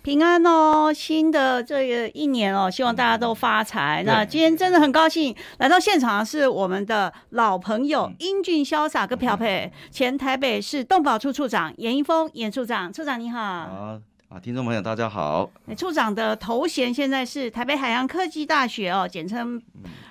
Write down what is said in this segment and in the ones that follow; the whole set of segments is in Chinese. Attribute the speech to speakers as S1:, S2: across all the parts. S1: 平安哦！新的这个一年哦，希望大家都发财。那今天真的很高兴来到现场，是我们的老朋友英俊潇洒跟朴佩，前台北市动保处处长严一峰严处长，处长你好。
S2: 啊啊，听众朋友大家好，
S1: 哎处长的头衔现在是台北海洋科技大学哦，简称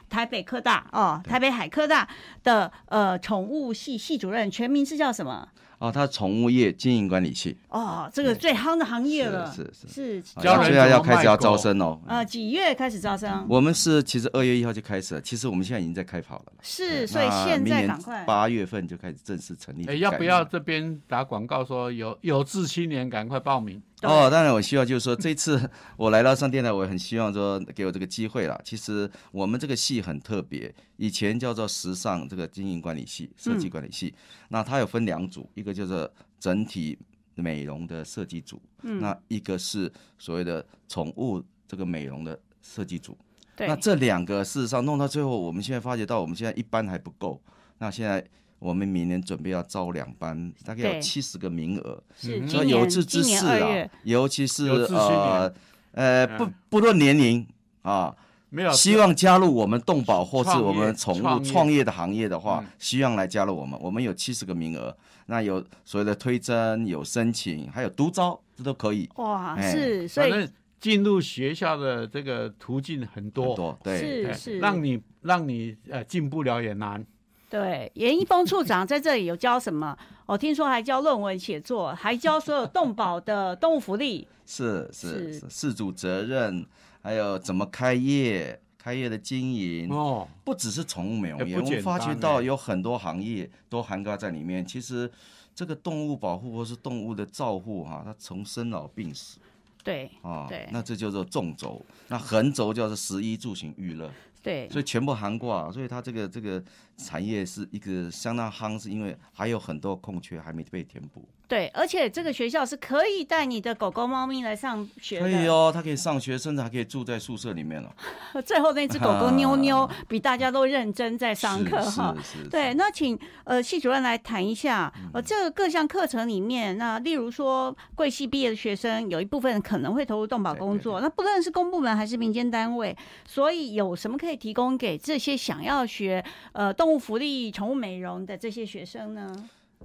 S1: 台北科大哦，台北海科大的呃宠物系系主任，全名是叫什么？
S2: 啊，他宠物业经营管理系，
S1: 哦，这个最夯的行业了，
S2: 是是
S1: 是
S2: 啊
S3: 教人
S2: 现在
S3: 怎
S2: 要
S3: 么
S2: 开
S3: 卖
S2: 始要
S3: 狗
S2: 招生哦。
S1: 呃几月开始招生？
S2: 我们是其实二月一号就开始了，其实我们现在已经在开跑了。
S1: 是，所以
S2: 那
S1: 现
S2: 明
S1: 在
S2: 年
S1: 赶快
S2: 八月份就开始正式成立。
S3: 哎，要不要？这边打广告说有有志青年赶快报名？
S1: 对
S2: 哦，当然，我希望就是说，这次 我来到上电台，我很希望说给我这个机会啦。其实我们这个系很特别，以前叫做时尚这个经营管理系、设计管理系，
S1: 嗯
S2: 那它有分两组，一个叫做整体美容的设计组，
S1: 嗯
S2: 那一个是所谓的宠物这个美容的设计组。
S1: 对
S2: 那这两个事实上弄到最后，我们现在发觉到，我们现在一班还不够。那现在我们明年准备要招两班，大概
S1: 对
S2: 有七十个名额。
S1: 是
S3: 嗯
S2: 所
S1: 今
S2: 以有
S1: 年
S2: 志之
S1: 今年
S2: 士
S1: 二月
S2: 啊，尤其是
S3: 有志青
S2: 呃呃不
S3: 嗯
S2: 不论年龄啊，
S3: 没有，
S2: 希望加入我们动保或是
S3: 创业
S2: 我们宠
S3: 创
S2: 物
S3: 业
S2: 创业的行业的话
S3: 嗯，
S2: 希望来加入我们。我们有七十个名额，那有所谓的推甄、有申请，还有独招，这都可以。
S1: 哇，
S2: 哎
S1: 是所
S3: 反
S1: 以
S3: 正进入学校的这个途径很
S2: 很
S3: 多，
S2: 多对，
S1: 是
S3: 哎
S1: 是
S3: 让你让你呃进不了也难。
S1: 对严一峰处长在这里有教什么？我听说还教论文写作，还教所有动保的动物福利。
S2: 是
S1: 是
S2: 是是，事主责任，还有怎么开业、开业的经营，
S3: 哦，
S2: 不只是宠物美容
S3: 哎
S2: 业，
S3: 不
S2: 我们
S3: 简
S2: 发
S3: 单
S2: 觉
S3: 哎
S2: 到有很多行业都涵盖在里面。其实，这个动物保护或是动物的照护哈、它从生老病死
S1: 对
S2: 啊
S1: 对，
S2: 那这叫做纵轴，那横轴叫做食衣住行娱乐，
S1: 对
S2: 所以全部涵盖啊。所以它这个这个产业是一个相当夯，是因为还有很多空缺还没被填补。
S1: 对，而且这个学校是可以带你的狗狗、猫咪来上学
S2: 可以
S1: 的。
S2: 哦，它可以上学，甚至还可以住在宿舍里面了、哦。
S1: 最后那只狗 狗妞妞比大家都认真在上
S2: 是
S1: 课哈。
S2: 是是是
S1: 对，那请呃系主任来谈一下，
S2: 嗯
S1: 呃，这个各项课程里面，那例如说贵系毕业的学生，有一部分可能会投入动保
S2: 对
S1: 工
S2: 对
S1: 作，那不论是公部门还是民间单位，所以有什么可以提供给这些想要学呃动物福利、宠物美容的这些学生呢？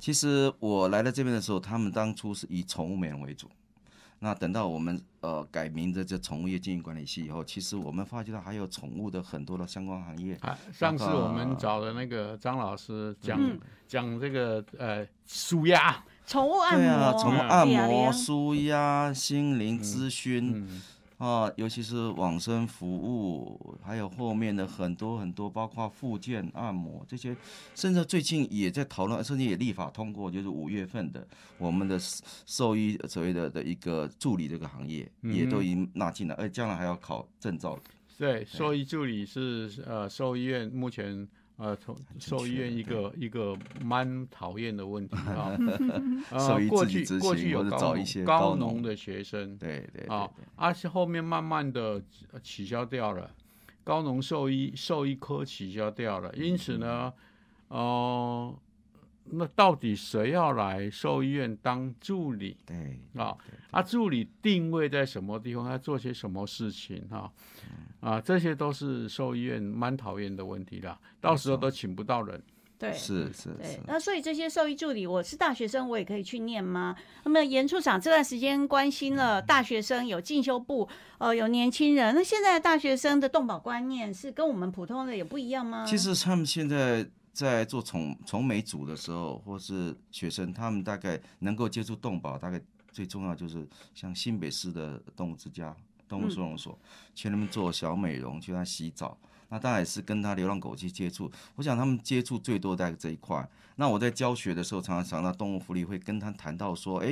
S2: 其实我来到这边的时候，他们当初是以宠物美容为主。那等到我们呃改名的这宠物业经营管理系以后，其实我们发觉到还有宠物的很多的相关行业。
S3: 啊，上次我们找的那个张老师讲、
S1: 嗯
S3: 讲这个呃舒压，
S1: 宠物按
S2: 对啊，
S1: 摩，
S2: 宠物
S3: 嗯
S2: 按
S1: 对啊对啊
S2: 摩、舒压、心灵咨询
S3: 嗯，
S2: 啊，尤其是往生服务，还有后面的很多很多，包括复健、按摩这些，甚至最近也在讨论，甚至也立法通过，就是五月份的我们的兽医所谓的的一个助理这个行业，
S1: 嗯
S2: 也都已经纳进来，而将来还要考证照。
S3: 对，兽医助理是呃兽医院目前。呃，从
S2: 正
S3: 兽医
S2: 确
S3: 院
S2: 的
S3: 一个一个蛮讨厌的 问题啊，
S2: 兽
S3: 呃，
S2: 医
S3: 过
S2: 自己
S3: 去
S2: 执
S3: 过
S2: 行
S3: 去有
S2: 或者
S3: 高
S2: 找
S3: 农
S2: 一些
S3: 高
S2: 高
S3: 农
S2: 农
S3: 的学生，
S2: 对对对
S1: 哦
S3: 啊
S2: 对，
S3: 而且后面慢慢的取消掉了，高农兽医兽医科取消掉了，因此呢，
S2: 嗯
S3: 哦、那到底谁要来兽医院当助理
S2: 对，
S3: 啊？啊，助理定位在什么地方？要做些什么事情啊？
S2: 嗯
S3: 啊，这些都是兽医院蛮讨厌的问题啦，到时候都请不到人。
S1: 对。啊
S2: 是是是
S1: 对，。那所以这些兽医助理，我是大学生，我也可以去念吗？那么严处长这段时间关心了
S2: 嗯
S1: 大学生有进修部，呃，有年轻人。那现在的大学生的动保观念是跟我们普通的有不一样吗？
S2: 其实他们现在在做宠宠美组的时候，或是学生，他们大概能够接触动保，大概最重要就是像新北市的动物之家、动物收容所，去他们做小美容，去他洗澡。那当然也是跟他流浪狗去接触，我想他们接触最多在这一块。那我在教学的时候，常常想到动物福利会跟他谈到说，哎，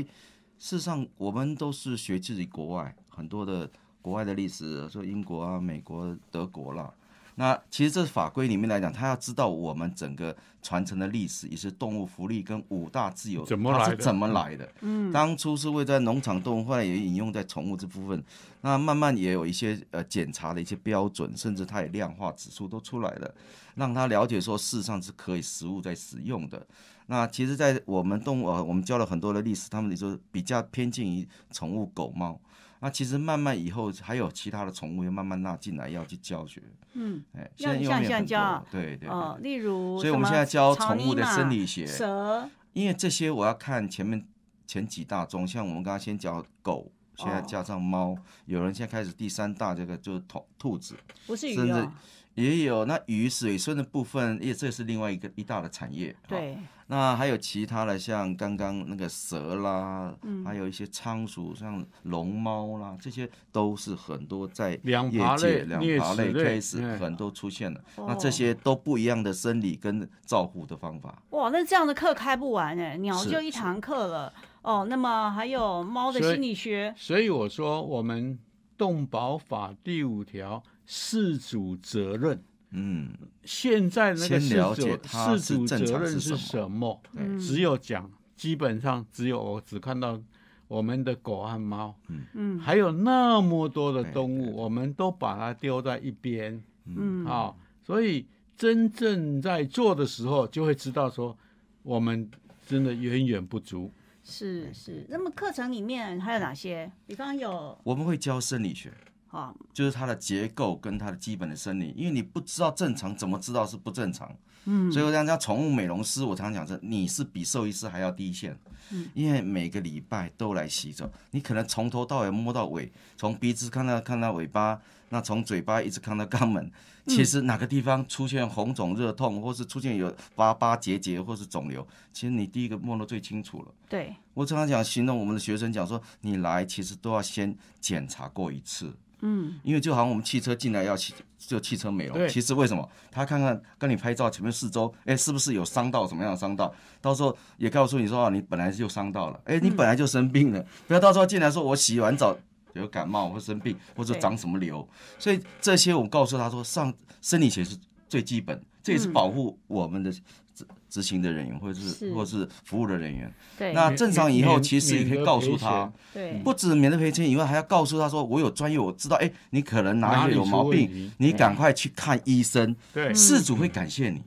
S2: 事实上我们都是学自于国外很多的国外的历史，说英国啊、美国、德国啦，那其实这法规里面来讲，它要知道我们整个传承的历史，也是动物福利跟五大自由
S3: 怎么
S2: 它
S3: 来
S2: 是
S3: 的
S2: 怎么来的。嗯，当初是为在农场动物，后来也引用在宠物这部分。那慢慢也有一些呃检查的一些标准，甚至它也量化指数都出来了，让他了解说事实上是可以食物在使用的。那其实，在我们动物，呃我们教了很多的历史，他们也就比较偏近于宠物狗猫。那其实慢慢以后还有其他的宠物要慢慢纳进来，要去教学。
S1: 嗯，
S2: 哎，现
S1: 要
S2: 在
S1: 像
S2: 用面
S1: 橡
S2: 很多
S1: 胶啊
S2: 了，对对
S1: 哦，
S2: 对。
S1: 例如，
S2: 所以我们现在教宠物的生理学，
S1: 蛇，
S2: 因为这些我要看前面前几大宗，像我们刚刚先讲狗，现
S1: 哦
S2: 在加上猫，有人现在开始第三大这个就是兔兔子，
S1: 不是
S2: 甚
S1: 鱼
S2: 至
S1: 哦，
S2: 也有那鱼水生的部分，也这是另外一个一大的产业。哈，
S1: 对，
S2: 那还有其他的，像刚刚那个蛇啦，
S1: 嗯
S2: 还有一些仓鼠，像龙猫啦，这些都是很多在
S3: 两
S2: 业
S3: 爬
S2: 界
S3: 类
S2: 两
S3: 啮
S2: 爬
S3: 齿
S2: 类
S3: 类
S2: 开始
S3: 哎
S2: 很多出现了。
S1: 哦
S2: 那这些都不一样的生理跟照护的方法。
S1: 哇，那这样的课开不完哎，鸟
S2: 是
S1: 就一
S2: 是
S1: 堂课了哦。那么还有猫的
S3: 所以
S1: 心理学，
S3: 所以我说，我们动保法第五条事主责任，
S2: 嗯，
S3: 现在那个
S2: 先
S3: 事
S2: 了
S3: 主
S2: 解它
S3: 事主
S2: 是正
S3: 责
S2: 常
S3: 任
S2: 是什么
S3: 什么？
S2: 对
S1: 嗯
S3: 只有讲，基本上只有我只看到我们的狗和猫，
S1: 嗯
S3: 还有那么多的动
S2: 对对
S3: 物，我们都把它丢在一边
S1: 嗯
S3: 啊、所以真正在做的时候，就会知道说我们真的远远不足。
S1: 是是。那么课程里面还有哪些？比方有
S2: 我们会教生理学，
S1: 啊，
S2: 就是它的结构跟它的基本的生理，因为你不知道正常，怎么知道是不正常？嗯，所以我讲，像宠物美容师，我常讲是你是比兽医师还要第一线，嗯，因为每个礼拜都来洗澡，你可能从头到尾摸到尾，从鼻子看到看到尾巴，那从嘴巴一直看到肛门， 其实哪个地方出现红肿热痛，或是出现有疤疤结节或是肿瘤，其实你第一个摸得最清楚了。
S1: 对，
S2: 我常常讲，形容我们的学生讲说，你来其实都要先检查过一次。嗯，因为就好像我们汽车进来要汽就汽车美容，
S3: 对
S2: 其实为什么他看看跟你拍照前面四周，哎，是不是有伤到什么样的伤到？到时候也告诉你说，哦，你本来就伤到了，哎，你本来就生病了，不要到时候进来说我洗完澡有感冒或生病或者
S1: 对
S2: 长什么瘤，所以这些我告诉他说，上生理学是最基本，这也是保护我们的执执行的人员或者
S1: 是
S2: 嗯是或是服务的人员。
S1: 对，嗯
S2: 那正常以后，
S3: 免
S2: 其实也可以告诉他，，
S1: 对，
S2: 不止免得赔钱以外，还要告诉他说，我有专业，我知道，哎，你可能哪
S3: 哪
S2: 里
S3: 里
S2: 有
S3: 出
S2: 毛
S3: 问
S2: 病
S3: 题，
S2: 你赶快去看医生，
S1: 嗯
S3: 对，
S2: 事主会感谢你，因为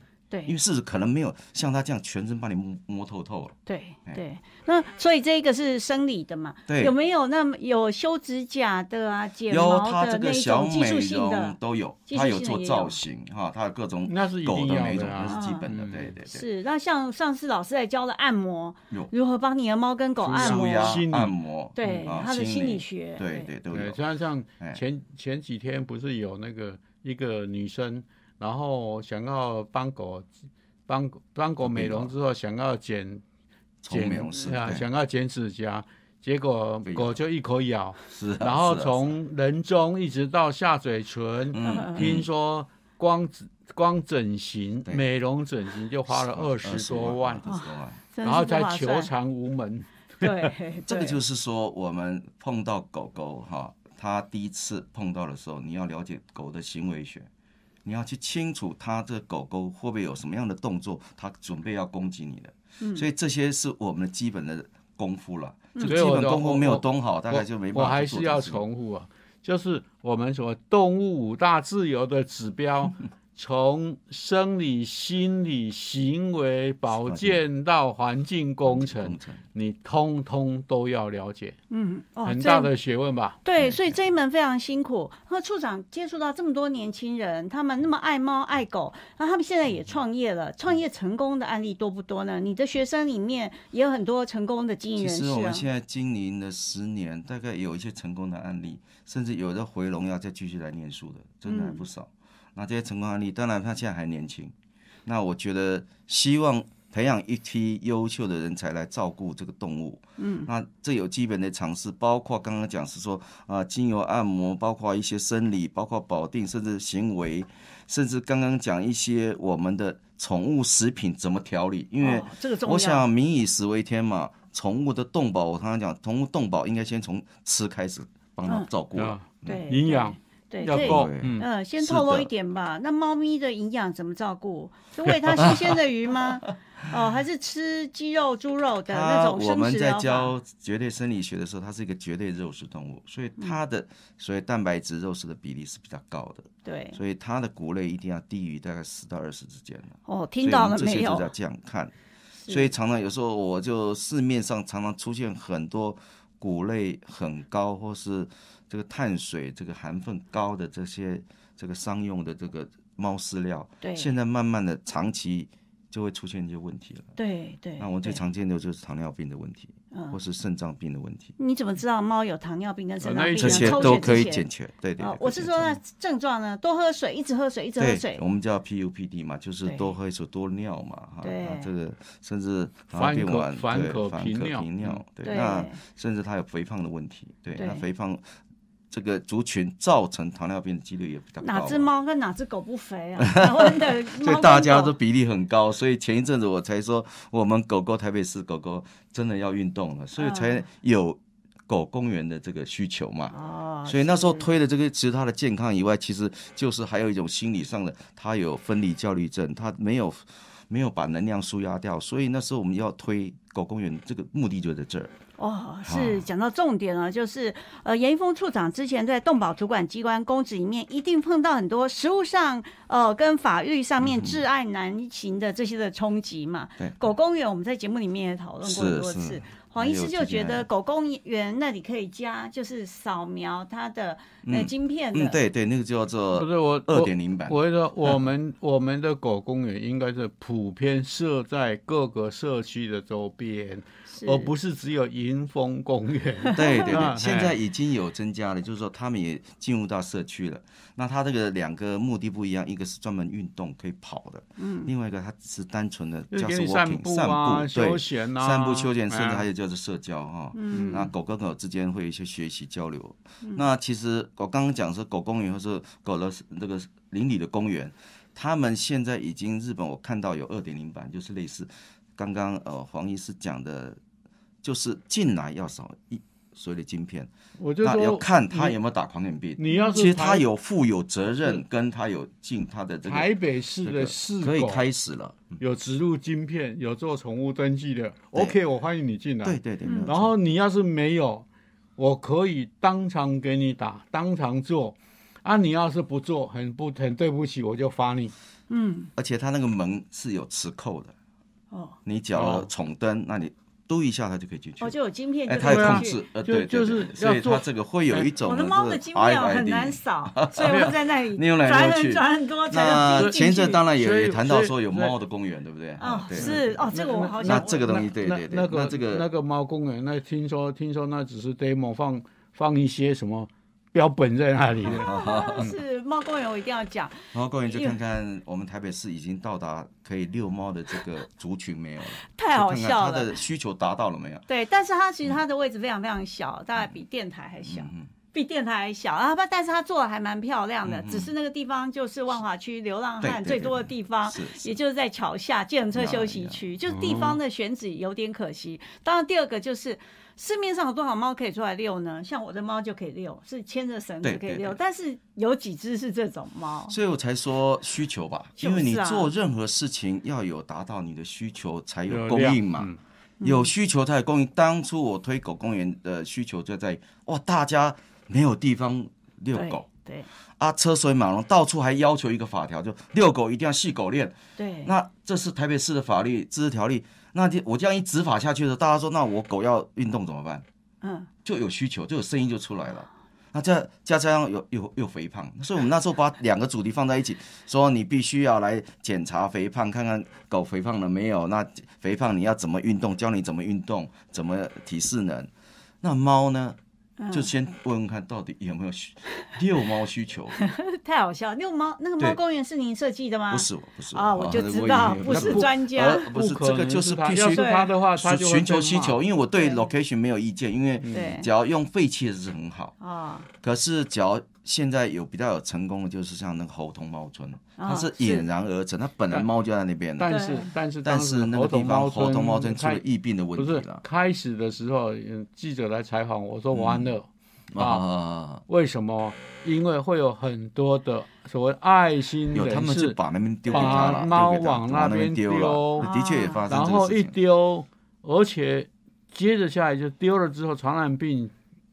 S1: 对
S2: 事主可能没有像他这样全身帮你摸摸透透了。
S1: 对对。那所以这个是生理的嘛？
S2: 哎对
S1: 有没有那么有修指甲的啊、剪
S2: 有
S1: 毛
S2: 他
S1: 的
S2: 这
S1: 那
S2: 个
S1: 一
S2: 小
S1: 种技
S2: 美
S1: 术性
S2: 容
S1: 的？
S2: 都有，
S1: 技术
S2: 他有
S1: 性的
S2: 做
S1: 也
S2: 造
S1: 有
S2: 型哈，他有各种
S3: 那是一
S2: 狗
S3: 定
S2: 的
S3: 要
S2: 每一
S3: 的
S2: 种，
S3: 啊
S2: 那是基本的，
S3: 嗯
S2: 对对对。
S1: 是，那像上次老师在教的按摩
S2: 有，
S1: 如何帮你的猫跟狗按
S2: 舒
S1: 摩，
S2: 压
S3: 心、理
S2: 按摩，
S1: 对
S2: 啊
S1: 他的心理
S2: 理，
S1: 学，
S2: 对对都
S3: 对，
S2: 有。
S3: 加上
S2: 哎
S3: 前前几天不是有那个一个女生，然后想要帮狗帮帮狗美容之后，想要剪
S2: 从
S3: 剪
S2: 美容师
S3: 啊，
S2: 对
S3: 想要剪指甲，结果
S2: 被咬
S3: 狗就一口 咬，
S2: 是啊，
S3: 然后
S2: 是啊
S3: 从人中一直到下嘴唇，
S2: 嗯
S3: 听说光光整形
S2: 对
S3: 美容整形就花了二十多万，
S2: 二十多万。
S1: 真的
S3: 然后
S1: 是不
S3: 才
S1: 划
S3: 求
S1: 算
S3: 偿无门。
S1: 对，
S2: 这个
S1: 对
S2: 就是说，我们碰到狗狗哈，它第一次碰到的时候，你要了解狗的行为学，你要去清楚它这狗狗会不会有什么样的动作，它准备要攻击你的。
S3: 嗯
S2: 所以这些是我们基本的功夫了。这
S3: 所
S2: 个
S3: 以
S2: 基
S3: 嗯我
S2: 本
S3: 的
S2: 功夫
S3: 我
S2: 没有
S3: 我
S2: 懂好，大概就没办法
S3: 我还
S2: 去做
S3: 是
S2: 这个
S3: 要
S2: 事情
S3: 重复啊，就是我们所动物五大自由的指标， 从生理、心理、行为、保健到环境工程
S2: 工，程
S3: 你通通都要了解，
S1: 嗯，哦，
S3: 很
S1: 这
S3: 大的学问吧？
S2: 嗯
S1: 对，所以这一门非常辛苦。那处长接触到这么多年轻人，他们那么爱猫爱狗，那他们现在也创业
S2: 嗯
S1: 了，创业成功的案例多不多呢？你的学生里面也有很多成功的经营
S2: 其
S1: 人
S2: 实我们
S1: 士
S2: 现
S1: 啊。
S2: 在经营了十年，大概有一些成功的案例，甚至有的回笼要再继续来念书的，真的还
S1: 嗯
S2: 不少。那这些成功案例，当然他现在还年轻，那我觉得希望培养一批优秀的人才来照顾这个动物。嗯，那这有基本的尝试，包括刚刚讲是说啊、精油按摩，包括一些生理，包括保定，甚至行为，甚至刚刚讲一些我们的宠物食品怎么调理，因为、
S1: 哦、这个重要，
S2: 我想民以食为天嘛，宠物的动
S1: 嗯
S2: 保，我常常讲，宠物动保应该先从吃开始帮它照顾。
S3: 啊，
S1: 对
S3: 营养
S1: 对，
S3: 要
S1: 这
S3: 够
S2: 对，
S3: 嗯，
S1: 嗯，先
S2: 是
S1: 透露
S2: 的
S1: 一点吧。那猫咪的营养怎么照 顾？是喂它新鲜的鱼吗？哦，还是吃鸡肉、猪肉的那
S2: 它
S1: 种
S2: 我
S1: 生
S2: 们
S1: 食
S2: 在
S1: 疗法？
S2: 教绝对生理学的时候，它是一个绝对肉食动物，所以
S1: 嗯
S2: 它的所以蛋白质肉食的比例是比较高的，
S1: 对，
S2: 所以它的谷类一定要低于大概十到二十之间的。
S1: 哦，听到了
S2: 所以我
S1: 没
S2: 们这些
S1: 有
S2: 就？要这样看。
S1: 是
S2: 所以常常有时候我就市面上常常出现很多谷类很高，或是这个碳水这个含分高的这些这个商用的这个猫饲料，
S1: 对
S2: 现在慢慢的长期就会出现一些问题了。
S1: 对对，
S2: 那我最
S1: 对嗯
S2: 常见的就是糖尿病的问题，或是肾脏病的问题，
S1: 你怎么知道猫有糖尿病
S2: 哦
S1: 跟肾
S3: 呃
S1: 脏
S3: 那
S1: 病
S3: 一
S1: 呢？
S3: 种
S2: 这些
S1: 抽
S2: 都
S1: 血之
S2: 可以
S1: 前
S2: 检确。对对
S1: 哦
S2: 对，
S1: 我是
S2: 对
S1: 说
S2: 对
S1: 那症状呢，多喝水，一直喝水，一直喝水
S2: 对，我。们叫 PUPD 嘛，就是
S1: 对
S2: 多喝水、多尿嘛，哈，啊
S1: 对
S2: 那这个甚至糖
S3: 反
S2: 尿病
S3: 可
S2: 晚，
S3: 反
S2: 对
S3: 可
S2: 反
S3: 频
S2: 可
S3: 尿
S2: 频
S3: 嗯
S2: 尿，对，
S1: 对
S2: 那甚至它有肥胖的问题，对，
S1: 对
S2: 那肥胖这个族群造成糖尿病的几率也比较高嘛，
S1: 哪只猫跟哪只狗不肥啊？ 台湾的猫
S2: 所以
S1: 跟
S2: 大家都
S1: 狗
S2: 比例很高，所以前一阵子我才说，我们狗狗台北市狗狗真的要运动了，所以才
S1: 嗯
S2: 有狗公园的这个需求嘛，
S1: 哦，
S2: 所以那时候
S1: 是
S2: 推的这个，除它的健康以外，其实就是还有一种心理上的，它有分离焦虑症，它没有没有把能量输压掉，所以那时候我们要推狗公园，这个目的就在这儿。
S1: 哦，是讲到重点了，就是呃，严一峰处长之前在动保主管机关公职里面，一定碰到很多实务上呃跟法律上面挚爱难行的这些的冲击嘛。
S2: 嗯对，
S1: 狗公园我们在节目里面也讨论过
S2: 是
S1: 很多
S2: 是
S1: 次，黄
S2: 还
S1: 医
S2: 有
S1: 师就
S2: 之
S1: 觉
S2: 前
S1: 得狗公园那里可以加就是扫描它的呃晶片
S2: 嗯，
S1: 的，
S2: 对对，那个叫
S3: 不
S2: 做
S3: 是我
S2: 二点零版。
S3: 我觉得我们我们的狗公园应该是普遍设在各个社区的周边，
S1: 是
S3: 而不是只有迎风公 园。
S2: 对对
S3: 啊
S2: 对，现在
S3: 嘿
S2: 已经有增加了，就是说他们也进入到社区了。那他这个两个目的不一样，一个是专门运动可以跑的，嗯，另外一个他只是单纯的
S3: 就是
S2: 叫
S3: 给你
S2: w a
S3: 散
S2: l
S3: 步
S2: 散
S3: 啊、
S2: 步，
S3: 休
S2: 对，
S3: 闲啊、
S2: 散步、休闲，甚至
S3: 哎
S2: 还有叫做社交哈。嗯，那狗跟狗之间会有一些学习交流。那其实呃我刚刚讲说狗公园或是狗的那个邻里的公园，他们现在已经日本我看到有二点零版，就是类似刚刚呃黄医师讲的，就是进来要扫一所谓的晶片，
S3: 我就
S2: 那要
S3: 说
S2: 看他有没有打狂犬病。
S3: 你要是
S2: 其实
S3: 台
S2: 他有负有责任，跟他有尽他的这个
S3: 台北市
S2: 这
S3: 的
S2: 个
S3: 市
S2: 可以
S3: 狗
S2: 开始了。
S3: 有植入晶片、有做宠物登记的，OK，我欢迎你进来。
S2: 对对对，没有
S3: 然
S2: 错
S3: 后你要是没有，我可以当场给你打，当场做。啊，你要是不做，很不很对不起，我就罚你。
S1: 嗯，
S2: 而且它那个门是有磁扣的，
S1: 哦，
S2: 你缴
S3: 哦
S2: 了宠灯，那你嘟一下它就可以进去
S1: 哦，。就有晶片
S2: 哎，
S1: 就
S2: 它有
S1: 可以
S3: 对啊
S2: 控
S1: 进去
S2: 制，呃，
S3: 就
S2: 对，对
S3: 就是
S2: 对
S3: 要
S2: 所以
S3: 做
S2: 它这个会有一种
S1: 我的
S2: 这
S1: 猫
S2: 个
S1: 的晶片哦
S2: RFID
S1: 很难 扫，所以我在那里
S2: 没有扭来
S1: 转
S2: 扭
S1: 很
S2: 去
S1: 转很多，才能
S2: 那
S1: 逼进
S2: 前一阵
S1: 去
S2: 当然也
S3: 所以
S2: 也谈到
S3: 所
S2: 说
S3: 以
S2: 有猫的公园，对不对？
S1: 哦
S2: 啊，，对
S1: 是哦，这个我好
S2: 那
S1: 想
S2: 这个
S1: 问
S2: 东西，对
S3: 那
S2: 对对，
S3: 那个
S2: 那这个
S3: 那个猫公园，那听说听说那只是 demo 放放一些什么标本在那里的。
S2: 啊嗯
S1: 是猫公园，我一定要讲。
S2: 猫公园
S1: 哎
S2: 就看看我们台北市已经到达可以遛猫的这个族群没有了，
S1: 太好
S2: 就看看
S1: 笑
S2: 它
S1: 了哎
S2: 的需求达到了没有？
S1: 对，但是它其实它的位置非常非常小，大概比电台还小，
S2: 嗯
S1: 比电台还小啊。不，但是它做的还蛮漂亮的，
S2: 嗯嗯
S1: 只是那个地方就是万华区流浪汉
S2: 对对
S1: 最多的地方。
S2: 是
S1: 啊也
S2: 是，哦
S1: 就是在桥下建车休息区，就是地方的选址有点可惜。当然，第二个就是市面上有多少猫可以出来遛呢？像我的猫就可以遛，是牵着绳子
S2: 对
S1: 可以
S2: 对
S1: 遛，
S2: 对
S1: 但是有几只是这种猫？
S2: 所以我才说需求吧，
S1: 就是啊
S2: 因为你做任何事情要有达到你的需求才有
S3: 有
S2: 供
S3: 量
S2: 应嘛。
S3: 嗯
S2: 有需求才有供应。当初我推狗公园的需求就在于，哇，大家没有地方遛
S1: 对
S2: 狗
S1: 对
S2: 啊，车水马龙，到处还要求一个法条，就遛狗一定要系狗链。
S1: 对，
S2: 那这是台北市的法律自治条例，那就我这样一执法下去的时候，大家说那我狗要运动怎么办？
S1: 嗯，
S2: 就有需求，就有声音就出来了。那再加上有有有肥胖，所以我们那时候把两个主题放在一起，说你必须要来检查肥胖，看看狗肥胖了没有。那肥胖你要怎么运动，教你怎么运动，怎么体适能。那猫呢，
S1: 嗯
S2: 就先问问看到底有没有需遛猫需求？
S1: 太好笑了。那个猫那个
S2: 对
S1: 猫公园是您设计的吗？
S2: 不是我，不是哦
S1: 啊，我就知道不是专家
S2: 呃，不是
S3: 可
S2: 这个
S3: 能
S2: 就是
S3: 他
S2: 必
S3: 要
S2: 须
S3: 是他的话，他就会
S2: 寻求
S3: 被
S2: 需
S3: 骂
S2: 求，因为我对
S1: 对
S2: location 没有意见，因为
S1: 对
S2: 只要用废弃的是很好。
S1: 啊，
S2: 可是，只要现在有比较有成功的，就是像那个猴童猫村，
S1: 哦
S2: 它是
S1: 是
S2: 俨然而成，它本来猫就在那边的。
S3: 但是
S1: 对
S3: 但是
S2: 但
S3: 当时
S2: 是那个
S3: 猴头
S2: 地方猴童猫
S3: 村
S2: 村出了
S3: 开
S2: 疫病的问
S3: 不
S2: 题
S3: 是
S2: 了，
S3: 开始的时候，嗯记者来采访我说完了，啊。
S2: 啊，
S3: 为什么？因为会有很多的所谓爱心
S2: 有他
S3: 人
S2: 们就
S3: 士，
S2: 把那边丢给他了，
S3: 把猫
S2: 丢给他
S3: 往那
S2: 往那
S3: 边
S2: 丢
S3: 丢
S2: 了，的确也发生
S3: 然
S2: 这个
S3: 后一
S2: 事情。
S3: 丢，而且接着下来就丢了之后，传染病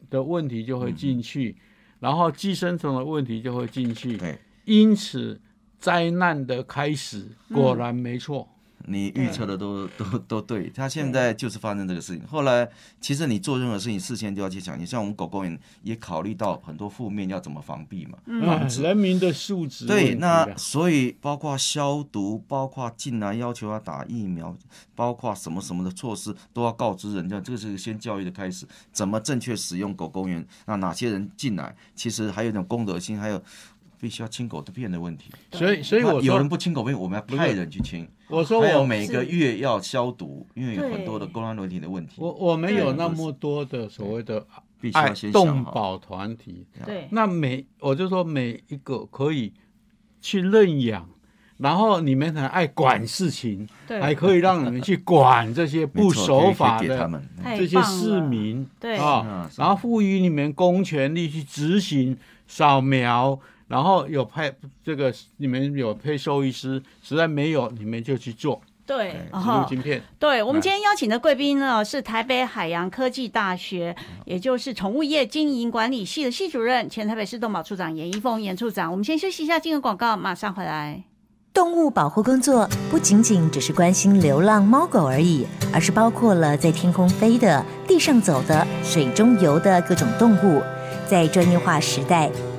S3: 的问题就会进去，然后寄生虫的问题就会进去。
S2: 嗯对
S3: 因此，灾难的开始果然没错。
S2: 你预测的都都都对，他现在就是发生这个事情。后来，其实你做任何事情，事先就要去想，你像我们狗狗也也考虑到很多负面要怎么防避嘛。
S3: 啊人民的素质问题
S2: 对，
S3: 啊
S2: 那所以包括消毒，包括进来要求要打疫苗，包括什么什么的措施都要告知人家，这个是先教育的开始，怎么正确使用狗公园，那哪些人进来，其实还有一种公德心，还有必须要清狗的便的问题。
S3: 所以所以我
S2: 那有人
S3: 说
S2: 不清狗便，我们要派人去清。
S3: 我说
S2: 还有
S3: 我
S2: 每个
S1: 是
S2: 月要消毒，因为有
S1: 对
S2: 很多的公安伦理的问题，
S3: 我我们
S1: 对
S3: 有那么多的所谓的
S2: 必须
S3: 爱
S2: 要先
S3: 动
S2: 想哦好。
S3: 保团体，
S1: 对，
S3: 那每我就说每一个可以去认养，然后你们很爱管事情，
S1: 对
S3: 还可以让你们去管这些
S2: 没错
S3: 不守法
S2: 可以可以给他
S3: 的
S2: 们，嗯
S1: 太
S3: 这些
S1: 棒
S3: 市
S1: 了
S3: 民，
S1: 对
S3: 啊
S2: 嗯，是
S3: 然后赋予你们公权力去执行扫描，然后有派这个你们有配兽医师，实在没有你们就去做
S1: 对，
S3: 植
S1: 然
S3: 入
S1: 后
S3: 晶片，
S1: 对我们今天邀请的贵宾呢是台北海洋科技大学，也就是宠物业经营管理系的系主任，前台北市动保处长严一峰严处长。我们先休息一下，进个广告，马上回来。
S4: 动物保护工作不仅仅只是关心流浪猫狗而已，而是包括了在天空飞的、地上走的、水中游的各种动物。在专业化时代，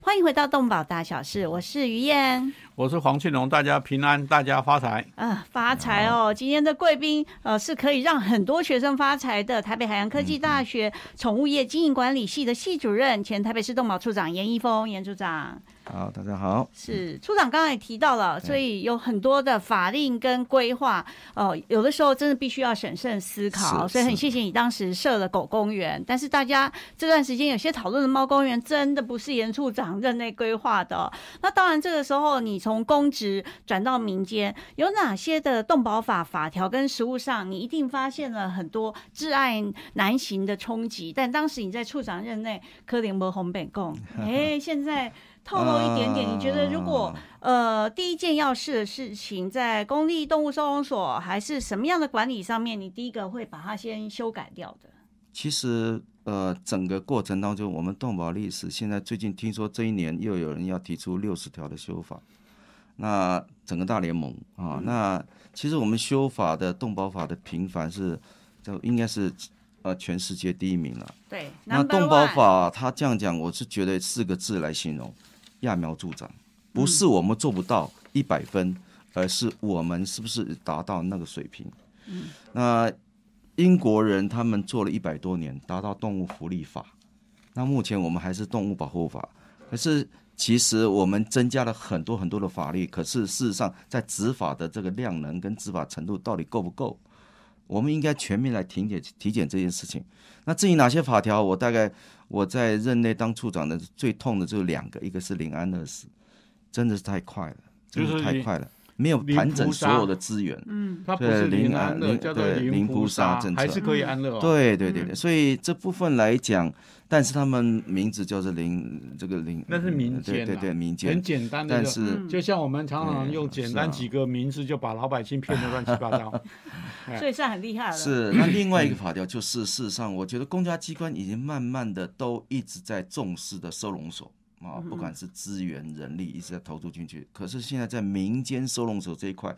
S1: 欢迎回到动保大小事，我是于燕。
S3: 我是黄庆龙，大家平安，大家发财。
S1: 啊，发财哦！今天的贵宾呃是可以让很多学生发财的，台北海洋科技大学宠物业经营管理系的系主任，前台北市动保处长严一峰严处长。
S2: 好，大家好。
S1: 是处长刚才也提到
S2: 嗯
S1: 了，所以有很多的法令跟规划，哦、有的时候真的必须要审慎思考。
S2: 是
S1: 所以很
S2: 是
S1: 谢谢你当时设了狗公园，但是大家这段时间有些讨论的猫公园，真的不是严处长任内规划的哦、那当然，这个时候你从公职转到民间，有哪些的动保法法条跟实务上，你一定发现了很多挚爱难行的冲击。但当时你在处长任内，柯林伯红本 共，哎，现在。透露一点点，你觉得如果
S2: 啊
S1: 呃，第一件要事的事情，在公立动物收容所还是什么样的管理上面，你第一个会把它先修改掉的？
S2: 其实呃，整个过程当中，我们动保历史现在最近听说这一年又有人要提出六十条的修法，那整个大联盟啊，那其实我们修法的动保法的频繁是，就应该是呃全世界第一名了。
S1: 对，
S2: 那
S1: number
S2: 动保
S1: one，
S2: 法它这样讲，我是觉得四个字来形容：揠苗助
S1: 嗯
S2: 长。不是我们做不到一百分，而是我们是不是达到那个水平。
S1: 嗯
S2: 那英国人他们做了一百多年，达到动物福利法。那目前我们还是动物保护法，可是其实我们增加了很多很多的法律，可是事实上在执法的这个量能跟执法程度到底够不够？我们应该全面来体检体检这件事情。那至于哪些法条，我大概我在任内当处长的最痛的就是两个，一个是临安乐死，真的是太快了，真的
S3: 就是
S2: 是太
S3: 你
S2: 快了，没有
S3: 零
S2: 盘
S3: 菩
S2: 整所
S3: 萨
S2: 有的资源。
S3: 它不是
S2: 对
S3: 临
S2: 零
S3: 安
S2: 安
S3: 乐，
S2: 零
S3: 叫做
S2: 对
S3: 零
S2: 零
S3: 菩
S2: 菩萨
S3: 萨，
S2: 政策
S3: 还是可以安乐哦。
S2: 对对对对，所以这部分来讲，但是他们名字叫做零，这个零，
S3: 那是民间啊
S2: 对对对，民
S3: 很
S2: 间，
S3: 简单的
S2: 但、
S3: 就是
S1: 嗯
S3: 就像我们常常用
S2: 对
S3: 简
S2: 是
S3: 单
S2: 啊
S3: 几个名字就把老百姓骗得乱七八 糟。
S1: 所以是很厉害了。
S2: 是那另外一个
S3: 嗯
S2: 法条，就是事实上，我觉得公家机关已经慢慢的都一直在重视的收容所啊，不管是资源、人力一直在投入进去，可是现在在民间收容所这一块，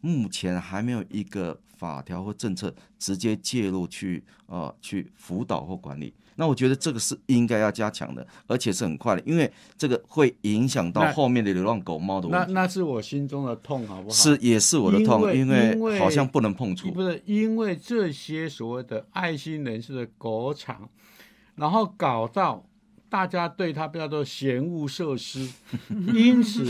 S2: 目前还没有一个法条或政策直接介入去呃去辅导或管理。那我觉得这个是应该要加强的，而且是很快的，因为这个会影响到
S3: 那
S2: 后面的流浪狗猫的
S3: 那
S2: 问题，
S3: 那是我心中的痛，好不好？
S2: 是也是我的痛，因
S3: 因为因为
S2: 好像不能碰触
S3: 不。是因为这些所谓的爱心人士的狗场，然后搞到大家对它叫做嫌恶设 施，因此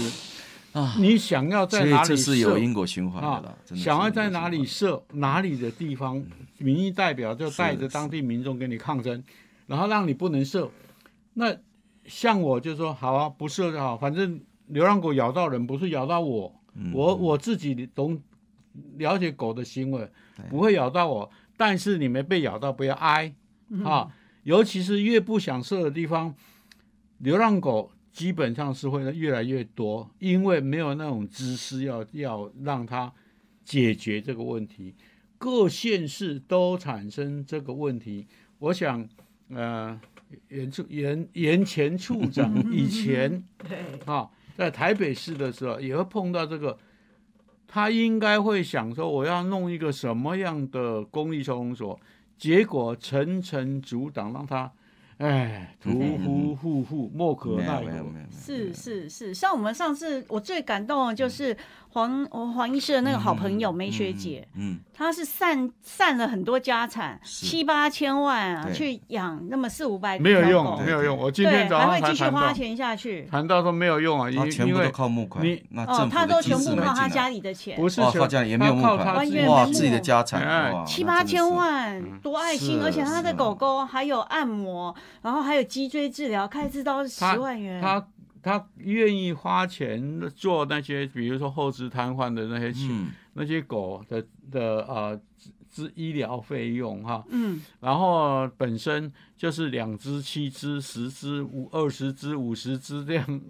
S2: 啊
S3: 你想要在
S2: 所以
S3: 哪里
S2: 这是有
S3: 设
S2: 因果循环的
S3: 啊
S2: 了，，真的是
S3: 想要在
S2: 因果
S3: 哪里
S2: 循
S3: 设哪里的地
S2: 嗯
S3: 方，民意代表就带着当地民众跟你抗争，然后让你不能设。那像我就说好啊，不设就好，反正流浪狗咬到人不是咬到我，
S2: 嗯
S3: 我我自己懂了解狗的行为，不会咬到我，但是你们被咬到不要挨啊，尤其是越不想设的地方，流浪狗基本上是会越来越多，因为没有那种知识要要让它解决这个问题，各县市都产生这个问题。我想，呃，严处严严前处长以前
S1: 对，
S3: 啊，在台北市的时候也会碰到这个，他应该会想说我要弄一个什么样的公立收容所，结果层层阻挡，让他哎屠夫户户莫可
S2: 没
S3: 奈
S2: 有没有
S3: 何。
S2: 没有，
S1: 是是是，像我们上次我最感动的就是黄我黄医师的那个好朋友梅学姐，
S2: 嗯，
S1: 她是散散了很多家产，
S2: 是
S1: 七八千万啊，
S2: 对
S1: 去养那么四五百
S3: 没有
S1: 条
S3: 用，
S1: 狗
S3: 没有用。我今
S1: 对，
S3: 天早上
S1: 还会
S3: 才
S1: 继续
S3: 谈
S1: 花
S3: 到，
S1: 钱下去。
S3: 谈到说没有用啊，因
S2: 他全
S3: 因
S2: 部都
S3: 为
S2: 靠募款
S3: 你，
S2: 那
S1: 哦
S2: 政，府
S1: 他都
S2: 的机
S1: 全
S2: 制
S1: 部
S2: 没
S1: 靠他
S2: 进
S1: 家
S2: 来。
S1: 里的钱，
S3: 不是
S2: 哇，
S3: 全
S2: 他家哦里也没有
S3: 他
S2: 募
S3: 靠
S2: 款
S3: 他
S1: 完全没
S2: 哇，
S1: 有
S2: 自己的
S1: 募
S2: 家产
S3: 哎
S2: 哇，
S1: 七
S2: 那
S1: 八
S2: 真的
S1: 千
S2: 是
S1: 万，多爱心！
S2: 嗯是
S1: 而且他的
S2: 是
S1: 狗狗还有按摩，然后还有脊椎治疗，开支都是十
S3: 他
S1: 万元。
S3: 他他愿意花钱做那些，比如说后肢瘫痪的那些钱，
S2: 嗯，
S3: 那些狗的的呃治医疗费用哈，
S1: 嗯，
S3: 然后本身就是两只、七只、十只、五二十只、五十只这样，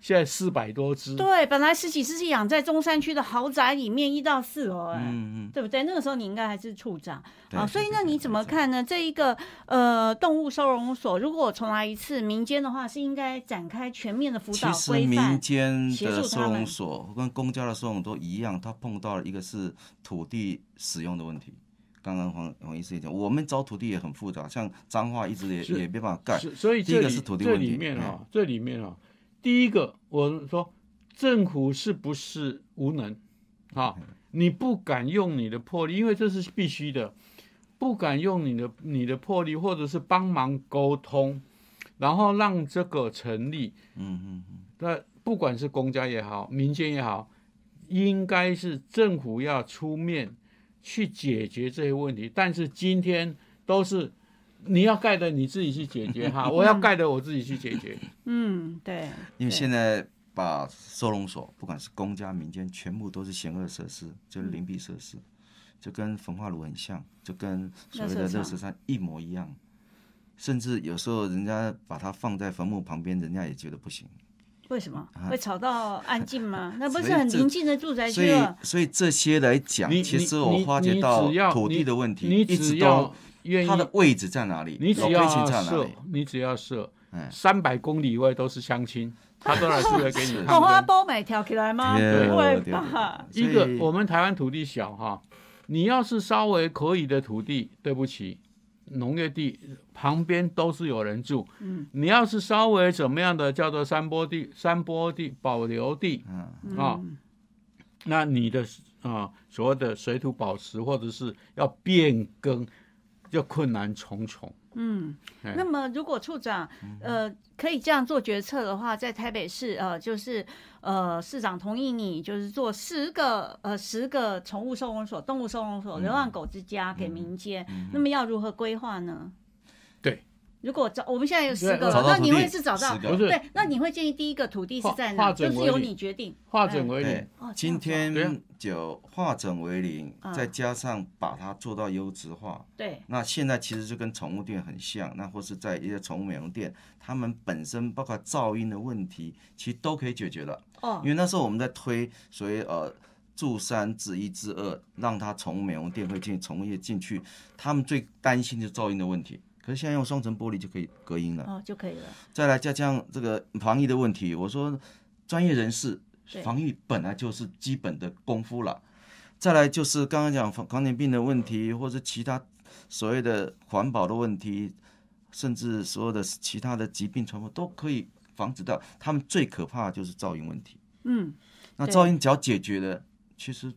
S3: 现在四百多只，
S1: 对，本来十几只是养在中山区的豪宅里面，一到四楼，哎、
S2: 嗯嗯，
S1: 对不对？那个时候你应该还是处长
S2: 对
S1: 啊，
S2: 对
S1: 所以
S2: 对
S1: 那你怎么看呢？这一个呃动物收容所，如果重来一次，民间的话是应该展开全面的辅导
S2: 其实
S1: 规
S2: 民
S1: 范，
S2: 间
S1: 协
S2: 的
S1: 助他
S2: 收容
S1: 们
S2: 所跟公家的收容都一样，它碰到了一个是土地使用的问题。刚刚黄黄医师也讲，我们找土地也很复杂，像彰化一直也
S3: 是
S2: 也没办法盖。
S3: 所所以
S2: 第
S3: 这
S2: 一
S3: 里
S2: 个是土地
S3: 这
S2: 问题哎
S3: 里面啊，这里面啊，第一个我说政府是不是无能啊？
S2: 哎
S3: 你不敢用你的魄力，因为这是必须的，不敢用你的你的魄力，或者是帮忙沟通，然后让这个成立。
S2: 嗯嗯嗯，
S3: 那不管是公家也好，民间也好，应该是政府要出面去解决这些问题。但是今天都是你要盖的你自己去解 决哈，我要盖的我自己去解决。
S1: 嗯，对，
S2: 因
S1: 对
S2: 为现在把收容所，不管是公家民间，全部都是险恶设施，
S1: 嗯
S2: 就是灵璧设施，就跟焚化炉很像，就跟所谓
S1: 垃
S2: 的
S1: 圾场
S2: 热石山一模一样。甚至有时候人家把它放在坟墓旁边，人家也觉得不行。
S1: 为什么会吵到安静 吗？那不是
S2: 啊所以
S1: 很
S2: 这
S1: 临近的住宅
S2: 所
S1: 区
S2: 以
S1: 了？，
S2: 所以这些来 讲，
S3: 你
S2: 其实
S3: 你
S2: 我
S3: 你
S2: 发
S3: 你
S2: 觉到
S3: 只要
S2: 土地
S3: 你
S2: 的问题，
S3: 你
S2: 一直
S3: 只
S2: 都
S3: 要愿意
S2: 它，的位置在哪里，
S3: 你只
S2: location
S3: 要
S2: 在哪
S3: 设
S2: 里，，
S3: 你只要设
S2: 哎，
S3: 三百公里以外都是乡亲，他 都来出来给你
S2: 是
S1: 红
S3: 抗
S1: 哦花
S3: 争。
S1: 苞买挑起来吗？不会
S2: 啊
S1: 吧？
S3: 一个我
S2: 们
S3: 们台湾土地小哈，你要是稍微可以的土地，对不起，农业地旁边都是有人住。
S1: 嗯，
S3: 你要是稍微怎么样的叫做山坡地、山坡地保留地
S2: 嗯
S3: 啊，
S1: 嗯
S3: 那你的啊、所谓的水土保持或者是要变更，就困难重重。
S1: 嗯，
S3: 哎嗯
S1: 那么如果处长呃可以这样做决策的话，在台北市呃就是呃市长同意你就是做十个呃十个宠物收容所、动物收容
S3: 嗯
S1: 所、流浪狗之家给民间，那么要如何规划呢？
S3: 对，
S1: 如果找我们现在有十
S3: 对
S1: 个
S2: 找
S1: 了，
S2: 到
S1: 那
S2: 土
S1: 你
S2: 地
S1: 会是找到
S2: 十个
S3: 不是
S1: 对？那你会建议第一个土地是在
S3: 化
S1: 哪？
S3: 化
S1: 就
S3: 整
S1: 是
S3: 为
S1: 由
S3: 零
S1: 你决定。
S3: 化整为零
S2: 对，
S1: 哦，这
S2: 今
S1: 样子哦
S2: 天就化整为零
S1: 啊，
S2: 再加上把它做到优质化。
S1: 对
S2: 那现在其实就跟宠物店很像，那或是在一些宠物美容店，他们本身包括噪音的问题，其实都可以解决了。
S1: 哦
S2: 因，为那时候我们在推所谓呃助三治一治二，让它从美容店会进宠物业进去，他们最担心就是噪音的问题。可是现在用双层玻璃就可以隔音了，
S1: 哦就可以了。
S2: 再来加上这个防疫的问题，我说专业人士
S1: 对
S2: 防疫本来就是基本的功夫了。再来就是刚刚讲防狂犬病的问题，或者其他所谓的环保的问题，甚至所有的其他的疾病传播都可以防止到。他们最可怕的就是噪音问题。
S1: 嗯，
S2: 那
S1: 对
S2: 噪音只要解决了，其实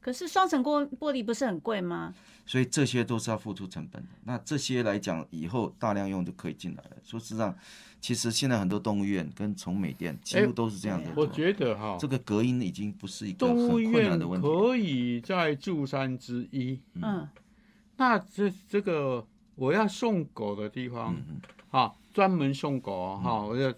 S1: 可是双层玻玻璃不是很贵吗？
S2: 所以这些都是要付出成本的。那这些来讲，以后大量用就可以进来了。说实际上，其实现在很多动物园跟宠美店几
S3: 哎
S2: 乎都是这样的做。
S3: 我觉得哈，
S2: 这个隔音已经不是一个
S3: 动
S2: 很
S3: 物
S2: 困难
S3: 园
S2: 的问题。
S3: 可以在住山之一。
S1: 嗯，
S3: 那这这个我要送狗的地方
S2: 嗯嗯
S3: 啊，专门送狗哦哈，我要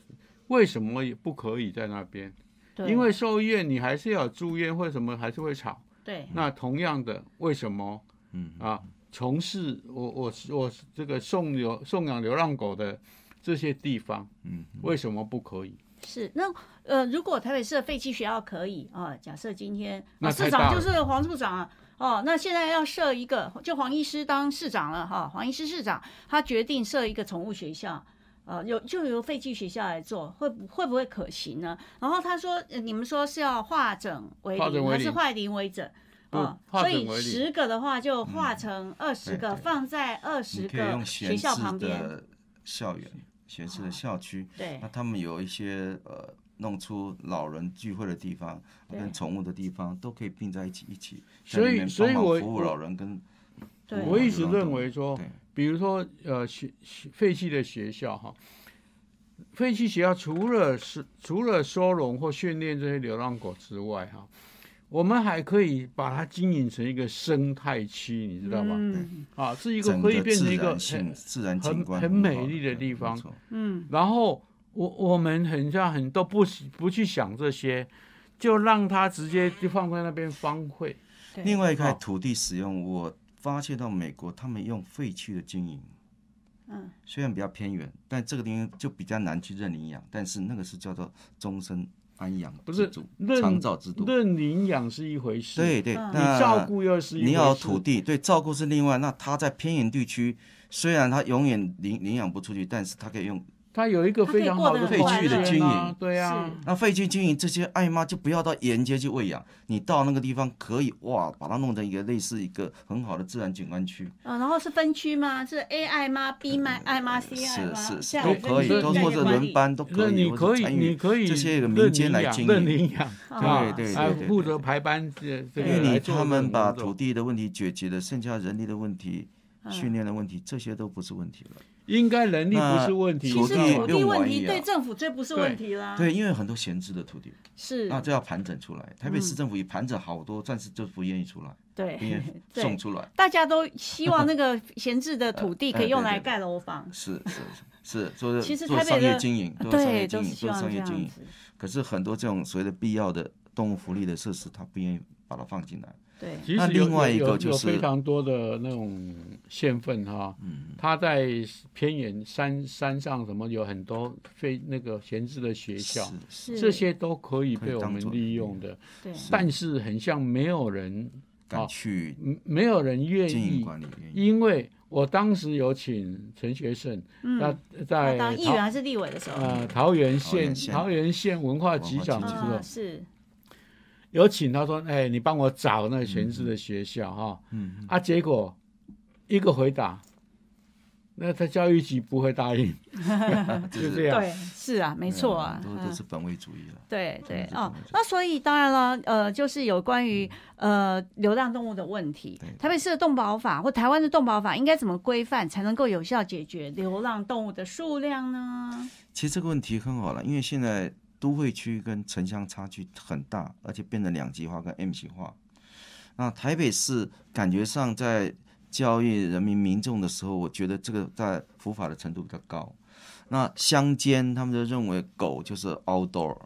S3: 为什么也不可以在那边？
S1: 对，
S3: 因为兽医院你还是要有住院或什么，还是会吵。
S1: 对，
S3: 那同样的，为什么
S2: 嗯
S3: 啊？从事我我我这个送流送养流浪狗的这些地方，
S2: 嗯，
S3: 为什么不可以？
S1: 是那呃，如果台北市的废弃学校可以啊、假设今天、
S3: 那
S1: 啊、
S3: 太
S1: 市
S3: 大
S1: 长就
S3: 了
S1: 是黄处长啊，哦，那现在要设一个，就黄医师当市长了哈、黄医师市长他决定设一个宠物学校。呃，有就由废弃学校来做，会不会不会可行呢？然后他说，呃你们说是要化整为
S3: 化整
S1: 零，
S3: 为
S1: 还是
S3: 零
S1: 化零为整？
S3: 不
S1: 啊、
S3: 化
S1: 所
S3: 整
S1: 以
S3: 为零
S1: 十个的话就化成二十
S2: 对
S1: 个，
S2: 嗯哎对
S1: 放在二
S2: 你
S1: 十
S2: 可以
S1: 个
S2: 用
S1: 学
S2: 闲
S1: 校旁
S2: 置
S1: 边。
S2: 的校园、闲置的校区，
S1: 对
S2: 那他们有一些呃，弄出老人聚会的地方，
S1: 对
S2: 跟宠物的地方都可以并在一起，一起在
S3: 所
S2: 里
S3: 以
S2: 面
S3: 所以
S2: 帮忙
S3: 我
S2: 服务
S3: 我
S2: 老人跟
S1: 对，
S3: 我一直认为说
S2: 对，
S3: 比如说呃学学废弃的学校哈，废弃学校除了是除了收容或训练这些流浪狗之外哈，我们还可以把它经营成一个生态区，你知道吗？
S1: 嗯
S3: 啊，是一个
S2: 整
S3: 可以变成
S2: 自
S3: 一个
S2: 然性、
S3: 很
S2: 自
S3: 很
S2: 然景观
S3: 很
S2: 很
S3: 美
S2: 好
S3: 丽的
S2: 对
S3: 地
S2: 没
S3: 方
S2: 错
S1: 嗯，
S3: 然后我我们很像很都不不去想这些，就让它直接就放在那边荒废。
S1: 对
S2: 另外一块
S3: 好
S2: 土地使用，我发现到美国他们用废弃的经营，
S1: 嗯，
S2: 虽然比较偏远，但这个地方就比较难去认领养，但是那个是叫做终身安养
S3: 不是
S2: 制度
S3: 认
S2: 长照制度。
S3: 认领养是一回事，
S2: 对对，
S1: 嗯
S3: 你
S2: 那
S3: 照顾又是一回事。
S2: 你要有土地，对照顾是另外。那他在偏远地区，虽然他永远领领养不出去，但是他可以用
S3: 它有一个非常好的
S1: 它可以过得很
S3: 空间
S1: 快乐
S3: 啊
S2: 废弃的经营
S3: 对啊呀、
S1: 是
S2: 那废弃经营这些爱妈就不要到沿街去喂养，你到那个地方可以哇，把它弄成一个类似一个很好的自然景观区。
S1: 啊，然后是分区吗？是 A 爱吗？B 卖爱吗？C 爱吗？
S2: 呃是是是
S1: 这样
S2: 都
S1: 分
S2: 可以，
S1: 区
S3: 你
S2: 都
S1: 在
S2: 或者
S1: 管理
S2: 轮班都可
S3: 那
S2: 以，
S3: 你
S2: 或
S3: 可
S2: 者
S3: 以，
S2: 参
S3: 你
S2: 与
S3: 可以
S2: 这些个
S3: 认
S2: 民间来
S3: 领养
S2: 经
S3: 认
S2: 营。
S3: 领养，
S1: 啊
S2: 对对
S3: 还
S2: 对
S3: 有
S2: 对
S3: 负责排班这这
S2: 因
S3: 个
S2: 为你
S3: 来做
S2: 他
S3: 这
S2: 们
S3: 种
S2: 把
S3: 工
S2: 土
S3: 作
S2: 地的问题解决了，剩下人力的问题、训练的问题，这些都不是问题了。
S3: 应该能力不是问题，
S1: 其
S3: 你
S2: 那
S1: 实
S3: 知
S2: 土
S3: 道
S2: 地
S3: 吗
S1: 土地
S2: 用
S1: 问
S2: 完
S1: 题
S2: 也
S1: 对
S2: 好
S1: 政府最不是问题啦。，
S2: 对，因为很多闲置的土地，
S1: 啊是，
S2: 那这要盘整出来。台北市政府也盘整好多，但是就不愿意出来，不愿
S1: 对
S2: 意
S1: 对
S2: 送，出来。
S1: 大家都希望那个闲置的土地可以用来
S2: 对对对
S1: 盖楼 房。
S2: 是是是，做
S1: 其实
S2: 做
S1: 台北
S2: 商业
S1: 的
S2: 经营，做商
S1: 对，
S2: 业
S1: 都
S2: 经
S1: 是
S2: 营，
S1: 希
S2: 做
S1: 望
S2: 商
S1: 这
S2: 业经
S1: 样
S2: 营。
S1: 子。
S2: 可是很多这种所谓的必要的动物福利的设施，他不愿意把它放进来。
S1: 对，
S3: 其
S2: 那
S3: 实有
S2: 另外一
S3: 有
S2: 个
S3: 有
S2: 就
S3: 有
S2: 是
S3: 非常多的那种县份哈，
S2: 嗯
S3: 它在偏远山山上什么有很多非那个闲置的学校，
S2: 是
S1: 是
S3: 这些都可以
S2: 可以
S3: 被我
S2: 当
S3: 们
S2: 作
S3: 利用的，
S1: 对
S3: 但是很像没有人，
S2: 敢
S3: 好
S2: 去
S3: 嗯没有人愿
S2: 经营
S3: 意
S2: 管理，愿意
S3: 因为我当时有请陈学圣，他
S1: 他
S3: 在
S1: 嗯啊当议
S3: 桃
S1: 员还是立委的时候，
S3: 呃桃园
S2: 桃园
S3: 县
S2: 县
S3: 桃园县文化局长
S2: 文
S3: 之
S2: 化
S3: 后
S1: 啊，，是
S3: 有请他说：“哎，你帮我找那个闲置的学校哈。”嗯啊，结果一个回答，那他教育局不会答 应，就
S2: 就
S3: 是这样。
S1: 对，是啊，没错啊，
S2: 都
S1: 嗯
S2: 都是本位主义了。
S1: 对对
S2: 是这
S1: 哦
S2: 么讲，
S1: 那所以当然了，呃，就是有关于呃流浪动物的问题
S2: 对，
S1: 台北市的动保法或台湾的动保法应该怎么规范，才能够有效解决流浪动物的数量呢？
S2: 其实这个问题很好了，因为现在都会区跟城乡差距很大，而且变得两极化跟 M 型化。那台北市感觉上在教育人民民众的时候，我觉得这个在普法的程度比较高。那乡间他们就认为狗就是 outdoor，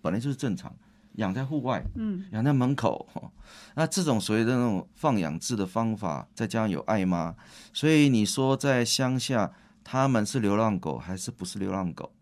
S2: 本来就是正常，养在户外，嗯，养在门口。 那这种所谓的那种放养制的方法，再加上有爱妈，所以你说在乡下他们是流浪狗还是不是流浪狗？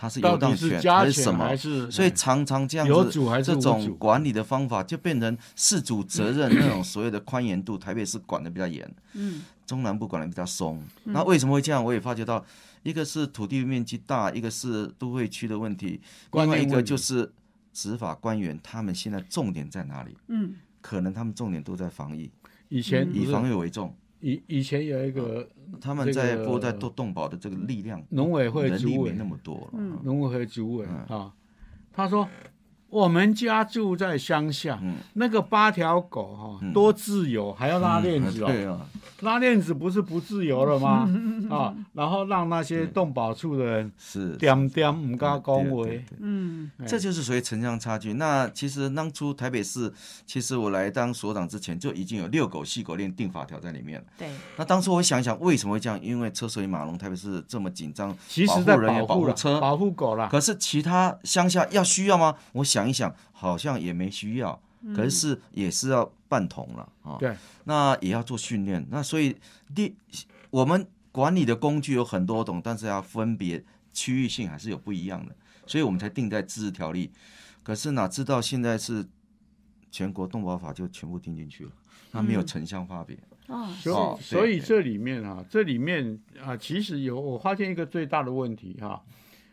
S2: 它是游
S3: 到
S2: 荡
S3: 底
S2: 犬
S3: 是家
S2: 是什
S3: 犬
S2: 么
S3: 还？是？哎
S2: 所以常常这样
S3: 有
S2: 子
S3: 主还是
S2: 这
S3: 无
S2: 种
S3: 主
S2: 管理的方法，就变成事主责任那种所谓的宽严 度，台北市管的比较严，
S1: 嗯，
S2: 中南部管的比较松。
S3: 嗯
S2: 那为什么会这样？我也发觉到，一个是土地面积大，一个是都会区的问题，
S3: 观
S2: 另外
S3: 念
S2: 一个
S3: 问题
S2: 就是执法官员他们现在重点在哪里？
S1: 嗯，
S2: 可能他们重点都在防疫，
S3: 以前嗯不
S2: 嗯以
S3: 是
S2: 防疫啊为重。
S3: 以以前有一个
S2: 他们在
S3: 这个
S2: 不过在动动保的这个力量，
S3: 农委会
S2: 人
S3: 主
S2: 力没
S3: 委，
S2: 那么嗯多了。
S1: 嗯
S3: 农委会主委啊，他说我们家住在乡下，
S2: 嗯
S3: 那个八条狗哈、
S2: 嗯
S3: 多自由，还要拉链子哦，
S2: 对啊，
S3: 拉链子不是不自由了吗？啊，然后让那些动保处的人
S2: 是
S3: 点点唔敢
S2: 对
S3: 恭
S2: 对
S3: 维
S2: 对，
S1: 嗯
S3: 哎
S2: 这就是所谓城乡差距。那其实当初台北市，其实我来当所长之前就已经有遛狗、细狗链定法条在里面了。
S1: 对，
S2: 那当初我想一想，为什么会这样？因为车水马龙，台北市这么紧张，
S3: 其
S2: 保
S3: 实
S2: 护
S3: 在
S2: 人员保
S3: 护
S2: 护
S3: 了
S2: 车，
S3: 保护狗啦。
S2: 啊可是其他乡下要需要吗？我想一想，好像也没需要。可是是也是要办同了
S3: 嗯
S2: 啊。
S3: 对，
S2: 那也要做训练。那所以第我们管理的工具有很多种，但是要分别区域性还是有不一样的，所以我们才定在自治条例。可是哪知道现在是全国动保法就全部定进去了，那没有城乡差别。
S1: 哦，
S3: 所
S2: 哦
S3: 以，所以
S2: 对对
S3: 这里面啊，这里面啊，其实有我发现一个最大的问题哈、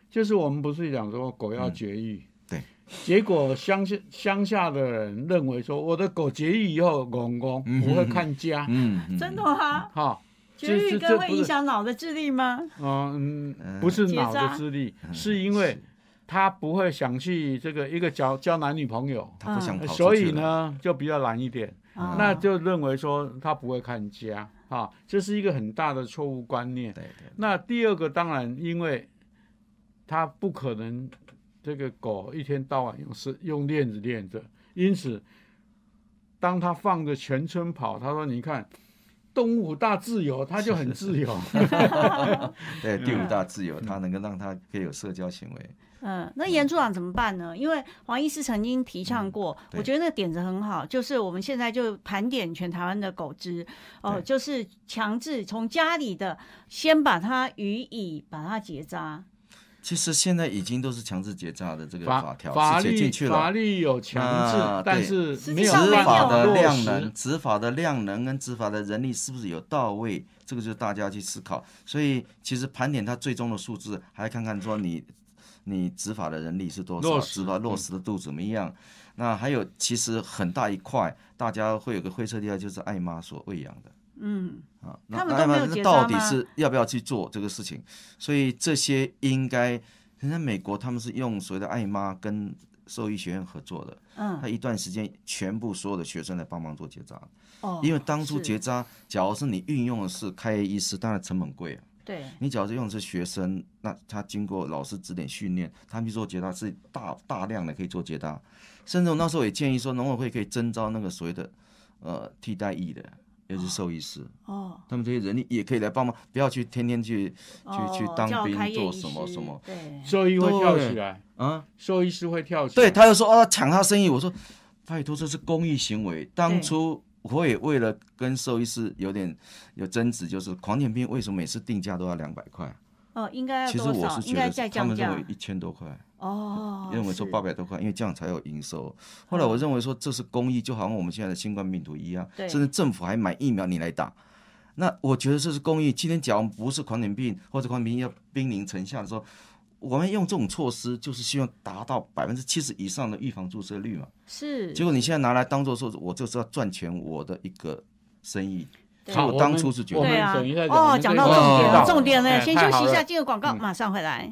S3: 就是我们不是讲说狗要绝育，
S2: 嗯对，
S3: 结果乡下乡下的人认为说，我的狗绝育以后，公公
S2: 嗯
S3: 不会看家，
S2: 嗯，嗯
S1: 真的。吗？
S3: 哈、
S1: 绝
S3: 这
S1: 育
S3: 这
S1: 跟
S3: 这
S1: 会
S3: 不是
S1: 影响脑的智力吗？
S3: 嗯，不是
S1: 结
S3: 脑
S1: 扎
S3: 的智力，
S2: 嗯
S3: 是因为他不会想去这个一个交交男女朋友，
S2: 他不想嗯跑出去
S3: 啊所以
S2: 了，
S3: 呢就比较难一点。
S1: 啊
S3: 那就认为说他不会看家啊，这是一个很大的错误观念。
S2: 对对，
S3: 那第二个当然，因为他不可能这个狗一天到晚用是用链子链着，因此当他放着全村跑，他说：“你看，动物大自由，它就很自由。
S2: 对
S3: 嗯
S2: 第五大自由，他能够让他可以有社交行为。
S1: 嗯，那严处长怎么办呢？因为黄医师曾经提倡过，
S2: 嗯对
S1: 我觉得那点子很好，就是我们现在就盘点全台湾的狗只，哦、
S2: 对
S1: 就是强制从家里的先把它予以把它结扎，
S2: 其实现在已经都是强制结扎的这个
S3: 法
S2: 条
S3: 法
S2: 是写
S3: 律
S2: 进去了，
S3: 法律有强制，
S2: 啊
S3: 但
S2: 对
S3: 是
S1: 实际
S3: 没有
S1: 上
S2: 执
S1: 没
S3: 办
S2: 法
S3: 法
S2: 的
S3: 落
S2: 量
S3: 实
S2: 能、执法的量能跟执法的人力是不是有到位，这个就是大家去思考。所以其实盘点它最终的数字，还要看看说你你执法的人力是多少，
S3: 落实嗯
S2: 执法落实的度怎么样。那还有其实很大一块，大家会有个灰色地带，就是艾妈所喂养的。
S1: 嗯，
S2: 啊，
S1: 他
S2: 那
S1: 们都
S2: 那那
S1: 没有
S2: 那
S1: 结
S2: 到
S1: 扎
S2: 底
S1: 吗
S2: 是要不要去做这个事情？所以这些应该，人家美国他们是用所谓的爱妈跟兽医学院合作的，
S1: 嗯
S2: 他一段时间全部所有的学生来帮忙做结扎，
S1: 哦，
S2: 因为当初
S1: 是
S2: 结扎，假如是你运用的是开业医师，当然成本贵啊，
S1: 对
S2: 你假如是用的是学生，那他经过老师指点训练，他们去做结扎是大大量的可以做结扎，甚至我那时候也建议说，农委会可以征召那个所谓的呃替代役的，尤其是兽医师。
S1: 哦
S2: 他们这些人力也可以来帮忙，不要去天天去
S1: 哦，
S2: 去当
S1: 叫
S2: 兵
S1: 开业
S2: 做
S1: 医
S2: 什么
S1: 师
S2: 什么
S1: 对，
S3: 兽医会跳
S2: 对
S3: 起来，
S2: 啊。
S3: 兽医师会跳起来。
S2: 对，他又说哦抢他生意，我说拜托这是公益行为。当初我也为了跟兽医师有点有争执，就是狂犬病为什么每次定价都要两百块？
S1: 哦，应该要
S2: 其实
S1: 多
S2: 我
S1: 少？
S2: 是
S1: 应
S2: 觉
S1: 该
S2: 得
S1: 再
S2: 是他
S1: 降
S2: 们认
S1: 价
S2: 为一千多块，
S1: 哦，
S2: 认为说
S1: 是嗯
S2: 八百多块，因为这样才有营收。后来我认为说这是公益，就好像我们现在的新冠病毒一样，
S1: 对
S2: 甚至政府还买疫苗你来打。那我觉得这是公益。今天讲我们不是狂犬病或者狂犬病要濒临城下的时候，我们用这种措施就是希望达到百分之七十以上的预防注射率嘛。
S1: 是，
S2: 结果你现在拿来当做说我就是要赚钱我的一个生意，
S1: 对
S2: 所以我当初是觉
S3: 我
S2: 得
S3: 们
S1: 对啊
S3: 等一下，讲我
S1: 哦，
S3: 们
S1: 讲
S3: 这
S1: 到
S3: 一
S1: 重点了，
S2: 段哦
S1: 重点
S3: 哎
S1: 呢，先
S3: 太
S1: 休
S3: 好
S1: 息一下，
S3: 了
S1: 进入广告，
S3: 嗯
S1: 马上回来。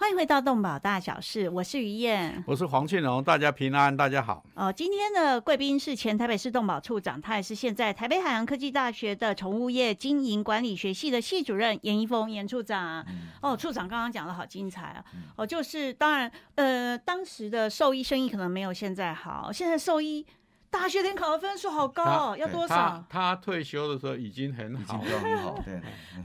S1: 欢迎回到动保大小事，我是于燕。
S3: 我是黄庆荣，大家平安，大家好。
S1: 哦，今天的贵宾是前台北市动保处长，他也是现在台北海洋科技大学的宠物业经营管理学系的系主任严一峰严处长。
S3: 嗯
S1: 哦，处长刚刚讲的好精彩啊！哦，就是当然，呃，当时的兽医生意可能没有现在好，现在兽医大学联考的分数好高哦，要
S2: 对
S1: 多少
S3: 他？他退休的时候已经很
S2: 已
S3: 好
S2: 经
S3: 了
S2: 比。较很 好，对，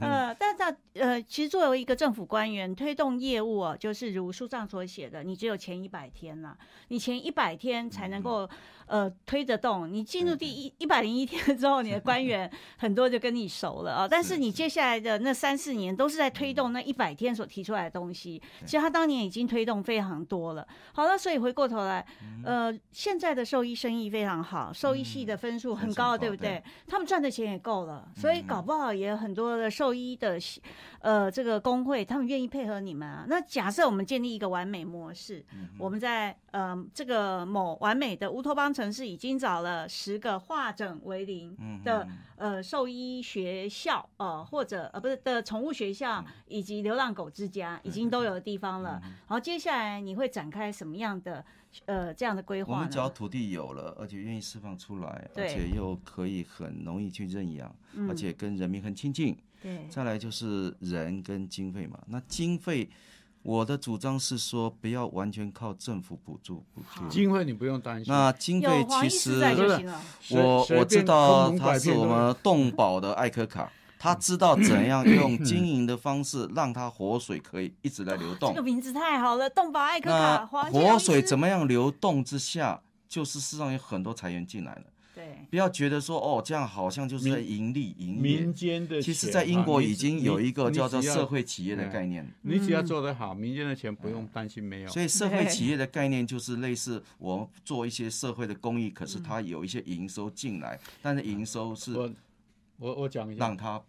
S2: 嗯
S1: 呃，但是呃，其实作为一个政府官员，推动业务哦、就是如书上所写的，你只有前一百天啦、你前一百天才
S2: 嗯
S1: 能够、呃推得动。你进入第一一百零一天之后，你的官 员很多就跟你熟了啊、但是
S2: 是
S1: 你
S2: 是嗯
S1: 接下来的那三四年都是在推动那一百天所提出来的东西。其实他当年已经推动非常多了。好了，所以回过头来，
S2: 嗯
S1: 呃，现在的兽医生意非常好，兽医系的分数很
S2: 分数
S1: 高，
S2: 很
S1: 对
S2: 高
S1: 不
S2: 对
S1: 对？他们赚的钱也够了，所以搞不
S2: 嗯
S1: 好也有很多的兽医的系，呃，这个工会他们愿意配合你们啊。那假设我们建立一个完美模式，
S2: 嗯
S1: 我们在呃这个某完美的乌托邦城市已经找了十个化整为零
S2: 嗯哼
S1: 的呃兽医学校呃或者呃不是的宠物学
S2: 嗯
S1: 校以及流浪狗之家已经都有的地方了。然后接下来你会展开什么样的呃这样的规
S2: 我
S1: 划
S2: 们只要
S1: 呢？
S2: 土地有了，而且愿意释放出来，
S1: 对
S2: 而且又可以很容易去认养，而且跟人民很亲近。
S1: 对，
S2: 再来就是人跟经费嘛。那经费，我的主张是说不要完全靠政府补助补助。
S3: 经费你不用担心。
S2: 那经
S1: 有
S2: 费
S1: 黄
S2: 其
S1: 医师
S2: 实
S1: 在
S3: 不
S1: 就是行了。
S3: 随
S2: 我
S3: 随
S2: 我知
S3: 便
S2: 道
S3: 坑蒙
S2: 他
S3: 拐
S2: 是
S3: 骗
S2: 我
S3: 都
S2: 们动保的艾科卡，他知道怎样用经营的方式让它活水可以一直来流
S1: 这
S2: 动
S1: 个。名字太好了，动保爱科卡
S2: 那
S1: 黄金荣
S2: 活
S1: 医
S2: 水
S1: 师
S2: 怎么样流动之下，就是市场有很多财源进来了。
S1: 对
S2: 不要觉得说哦，这样好像就是在盈利营业
S3: 民。间的钱啊，
S2: 其实，在英国
S3: 你
S2: 已经有一个
S3: 你
S2: 叫做
S3: 你只要哎
S2: 社会企业的概念，哎
S3: 你只要
S1: 嗯
S3: 做得好，民间的钱不用担心没有。
S2: 所以社 会企业的概念就是类似我们做一些社会的公益，可
S3: 嗯
S2: 是它有一些营收进来，但是营收是
S3: 我我我讲一下
S2: 让，它活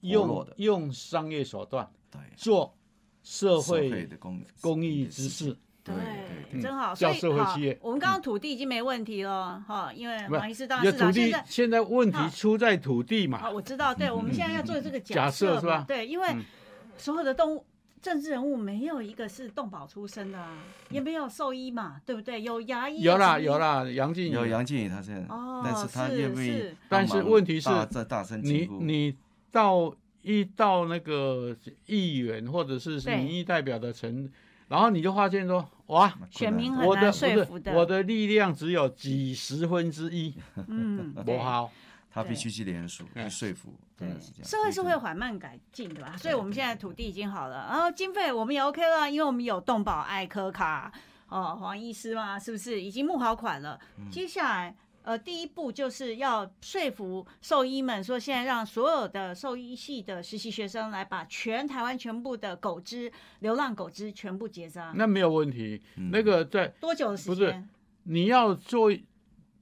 S2: 络
S3: 用
S2: 的，
S3: 用商业手段
S2: 对
S3: 做社
S2: 社会
S3: 会
S2: 的公益
S3: 公益之事，
S2: 对对嗯对，
S1: 真好，
S3: 叫
S1: 所以
S3: 社会
S1: 好
S3: 企业
S1: 我们刚刚土地已经没问题了哈，因为
S3: 不
S1: 王医师当
S3: 要
S1: 然市
S3: 土
S1: 长现
S3: 地
S1: 在。
S3: 现在问题
S1: 好
S3: 出在土地
S1: 好，
S3: 嘛，
S1: 我知道，对，
S2: 嗯
S1: 我们现在要做这个
S3: 假
S1: 设
S3: 设
S1: 嘛
S3: 是吧嗯
S1: 对，因为所有的动物政治人物没有一个是动保出身的啊，也没有兽医嘛，对不对？有牙医，
S3: 有啦
S1: 兽医
S3: 有，啦，杨静
S2: 有
S3: 怡，
S2: 杨静怡她现在
S1: 哦，
S2: 但是她
S1: 是
S2: 愿不愿
S1: 是
S2: 意
S3: 但
S2: 帮忙大？
S3: 是问题是
S2: 在大声疾
S3: 你
S2: 呼，
S3: 你到一到那个议员或者是
S1: 对
S3: 民意代表的层，然后你就发现说，哇，
S1: 选民很
S3: 我的
S1: 难
S3: 我
S1: 说服
S3: 的我的力量只有几十分之一，
S1: 嗯，对
S3: 不。好。
S2: 他必须去联署去说服，真的是这样。
S1: 社会是会缓慢改进的吧？所以我们现在土地已经好了，然后经费我们也 OK 了，因为我们有动保爱科卡哦，黄医师嘛，是不是已经募好款了？
S3: 嗯
S1: 接下来。呃，第一步就是要说服兽医们说，现在让所有的兽医系的实习学生来把全台湾全部的狗只、流浪狗只全部结扎，
S3: 那没有问题。
S2: 嗯
S3: 那个在
S1: 多久的时
S3: 不是
S1: 间？
S3: 你要做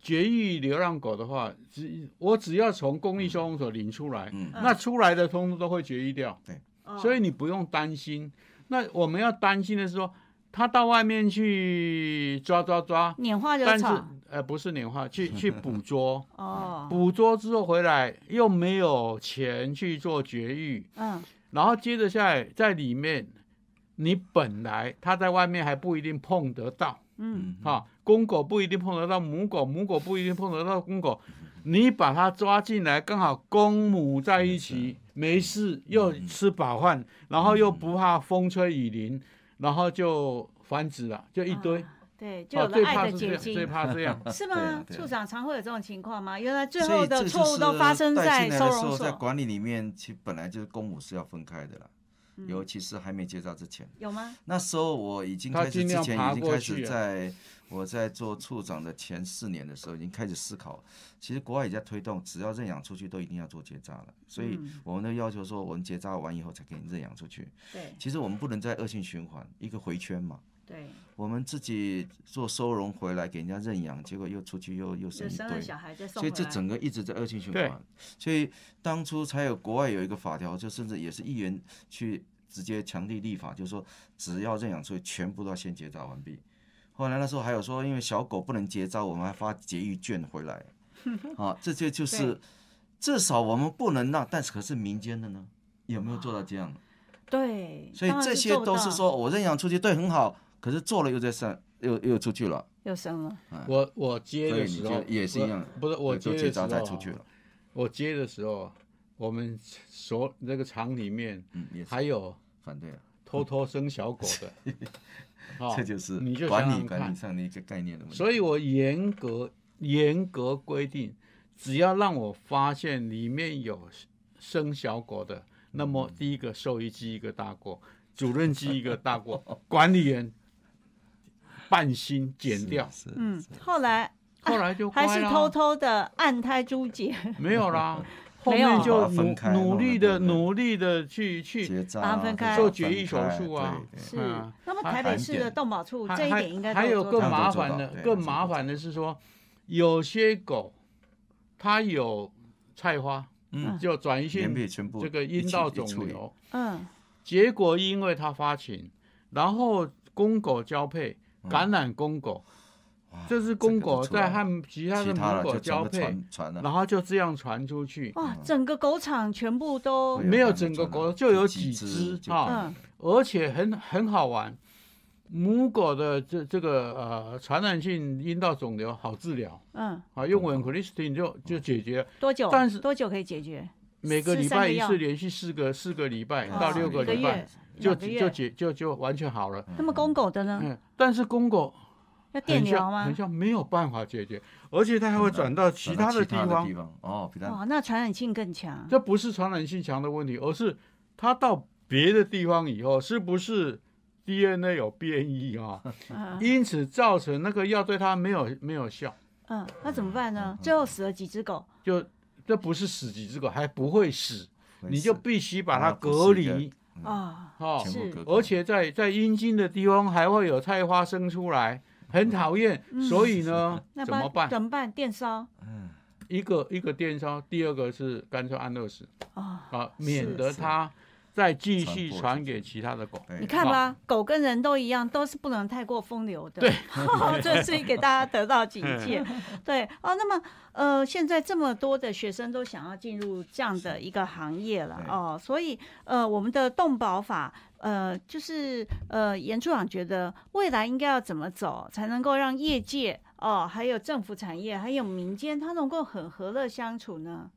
S3: 绝育流浪狗的话，只我只要从公益收容所领出来，
S2: 嗯
S3: 那出来的通通都会绝育掉，
S1: 哦
S3: 所以你不用担心。那我们要担心的是说，他到外面去抓抓抓，
S1: 拈花惹
S3: 但是
S1: 草
S3: 呃不是拈花，去去捕捉，
S1: 哦，
S3: 捕捉之后回来又没有钱去做绝育，
S1: 嗯，
S3: 然后接着下来在里面，你本来他在外面还不一定碰得到，
S1: 嗯，
S3: 哈，公狗不一定碰得到母狗，母狗不一定碰得到公狗。
S2: 嗯
S3: 你把它抓进来，刚好公母在一起，
S2: 嗯
S3: 没事又吃饱饭，然后又不怕风吹雨淋，然后就繁殖了，就一堆。
S1: 对，啊就
S3: 哦，
S1: 有
S3: 最
S1: 了爱
S3: 怕
S1: 的
S3: 是这
S1: 结
S3: 样，
S1: 晶
S3: 最。怕这 样。
S1: 是
S2: 对
S1: 吗
S2: 啊？对啊
S1: 处长常会有这种情况吗？原来最
S2: 所以
S1: 后的
S2: 这
S1: 错误
S2: 就是
S1: 都发生
S2: 带
S1: 在
S2: 进来
S1: 收
S2: 的时
S1: 容
S2: 候，在
S1: 所，
S2: 管理里面，其实本来就是公母是要分开的啦，
S1: 嗯
S2: 尤其是还没结扎之前。
S1: 有吗？
S2: 那时候我已经
S3: 他
S2: 开始
S3: 尽
S2: 之
S3: 量
S2: 前
S3: 爬
S2: 已经
S3: 过
S2: 开
S3: 去
S2: 始
S3: 啊
S2: 在我在做处长的前四年的时候，已经开始思考，其实国外也在推动，只要认养出去都一定要做结扎了，所以
S1: 嗯
S2: 我们都要求说，我们结扎完以后才给你认养出去。
S1: 对
S2: 其实我们不能再恶性循环，一个回圈嘛。
S1: 对，
S2: 我们自己做收容回来给人家认养，结果又出去又又生
S1: 就
S2: 一
S1: 生了
S2: 堆，
S1: 小孩再送
S2: 所
S1: 回
S2: 以
S1: 来。
S2: 这整个一直在恶性循
S3: 对
S2: 环。所以当初才有国外有一个法条，就甚至也是议员去直接强力立法，就是说只要认养出去，全部都要先结扎完毕。后来那时候还有说，因为小狗不能结扎，我们还发节育券回 来。啊，这些就
S1: 对
S2: 是至少我们不能让，但是可是民间的呢，有没有做到这样？
S1: 对，
S2: 所以
S1: 当然
S2: 这些
S1: 做不
S2: 都是
S1: 到
S2: 说我认养出去对很好，可是做了又在散又又出去了，
S1: 又生了，
S3: 我我接
S2: 所以
S3: 的
S2: 你
S3: 时候
S2: 就也是一样，
S3: 不是我接
S2: 就
S3: 的
S2: 结
S3: 时
S2: 扎
S3: 候啊
S2: 再出去了，
S3: 我接的时候，我们所那个厂里面
S2: 嗯，也是
S3: 还有
S2: 反对了，
S3: 偷偷生小狗 的，哦
S2: 这就是
S3: 你就
S2: 管
S3: 想
S2: 理
S3: 想
S2: 管
S3: 看
S2: 理上的一个概念的问题。
S3: 所以我严格严格规定，只要让我发现里面有生小狗的，那么
S2: 嗯
S3: 第一个兽医记一个大 过，主任记一个大过，管理员半薪减掉。
S2: 是，
S1: 嗯
S2: 嗯，，
S1: 后来
S3: 后来就乖
S1: 还
S3: 啦
S1: 是偷偷的暗胎朱 姐，
S3: 没有 啦，后
S1: 没有
S3: 面就
S2: 把它分
S3: 努
S2: 开
S3: 努力的
S2: 弄得对对
S3: 努力的去去
S2: 结扎
S1: 把它分开
S2: 啊
S1: 做
S3: 绝育手术啊
S2: 分开对对
S1: 是
S3: 嗯。
S1: 那么
S3: 还
S1: 台北
S2: 还
S1: 市
S2: 点
S1: 的动保处
S3: 还
S1: 这一
S3: 还
S1: 点应该
S3: 还
S1: 都
S3: 有
S1: 做
S3: 更
S1: 到
S3: 麻
S2: 都做
S3: 烦
S2: 到
S3: 的，
S2: 对
S3: 更
S2: 都做
S3: 麻
S2: 到
S3: 烦的是说，有些狗它有菜花，
S2: 嗯
S3: 就转移
S2: 连
S3: 性
S2: 被全部
S3: 这个
S2: 一
S3: 阴
S2: 起
S3: 道
S2: 一
S3: 肿
S2: 处理
S3: 瘤，
S1: 嗯，
S3: 结果因为它发情，然后公狗交配感染公狗，
S2: 嗯哇
S3: 这是
S2: 个
S3: 公
S2: 就
S3: 狗
S2: 出来
S3: 在
S2: 了
S3: 和其他的
S2: 其他
S3: 母
S2: 了
S3: 狗
S2: 就
S3: 交
S2: 全部
S3: 配，
S2: 传传了，
S3: 然后就这样传出去，
S1: 哇，
S2: 嗯
S1: 整个狗场全部都
S2: 会，
S3: 没有
S2: 这样的
S3: 整个
S2: 传染
S3: 狗就有几
S2: 只
S3: 只
S2: 就
S3: 啊
S2: 可以
S1: 嗯，
S3: 而且很很好玩。母狗的这这个呃传染性阴道肿瘤好治疗
S1: 嗯，
S3: 啊，用稳 c l i s t i n 就
S2: 嗯
S3: 就解决了，
S1: 多久？
S3: 但是
S1: 多久可以解决？
S3: 每个
S1: 13
S3: 礼拜
S1: 个
S3: 一
S1: 药
S3: 次，连续四个四个礼拜
S2: 哦
S3: 到六
S2: 个
S3: 礼拜
S1: 月，
S3: 就
S1: 两个
S3: 就
S1: 月。
S3: 解就就完全好了。
S1: 那么公狗的呢？
S3: 嗯，但是公狗
S1: 要电
S3: 很
S1: 疗
S3: 像
S1: 吗
S3: 很？像没有办法解决，而且它还会转到其
S2: 转到
S3: 他的地
S2: 地
S3: 方，
S2: 哦，比它
S1: 哇，那传染性更强。
S3: 这不是传染性强的问题，而是它到别的地方以后，是不是 DNA 有变异啊？
S1: 嗯
S3: 因此造成那个药对它没有没有效，
S1: 嗯，那怎么办呢？最后死了几只狗？
S3: 就这不是死几只狗，还不会死，
S2: 会
S3: 你
S2: 死
S3: 就必须把它
S2: 它不是
S3: 隔
S2: 一个
S3: 离
S1: 啊，
S3: 哦
S2: 全部
S1: 是
S2: 隔开
S3: 而且在在阴茎的地方还会有菜花生出来，很讨厌。所以呢，
S1: 那
S3: 怎么
S1: 办？
S3: 办？
S1: 怎么办？电烧
S2: 嗯
S3: 一个一个电烧，第二个是干脆安乐死
S1: 啊！
S3: 啊，免得它再继续
S2: 传播出去
S3: 传给其他的狗。
S2: 对
S1: 你看吧，狗跟人都一样，都是不能太过风流的。
S3: 对， 嗯
S1: 这是给大家得到警戒。对哦，那么呃，现在这么多的学生都想要进入这样的一个行业了
S2: 对
S1: 哦，所以呃，我们的动保法呃，就是呃，严处长觉得未来应该要怎么走，才能够让业界哦，还有政府产业，还有民间，它能够很和乐相处呢？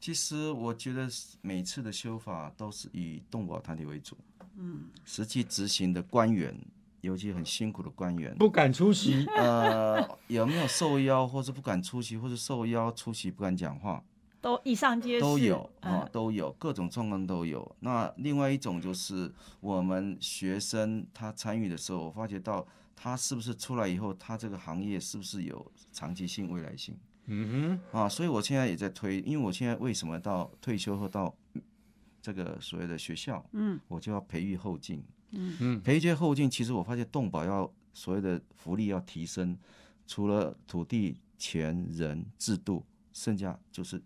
S2: 其实我觉得每次的修法都是以动保团体为主，嗯，实际执行的官员，尤其很辛苦的官员，
S3: 不敢出席，
S2: 呃，有没有受邀，或是不敢出席，或是受邀出席不敢讲话，
S1: 都以上皆是，
S2: 都有啊、
S1: 嗯
S2: 都有各种状况都有。那另外一种就是我们学生他参与的时候，我发觉到他是不是出来以后，他这个行业是不是有长期性、未来性
S3: 嗯
S2: 啊？所以我现在也在推，因为我现在为什么到退休后到这个所谓的学校，嗯，我就要培育后进，嗯嗯，培育这些后进，其实我发现动保要所谓的福利要提升，除了土地、钱、人、制度，剩下就是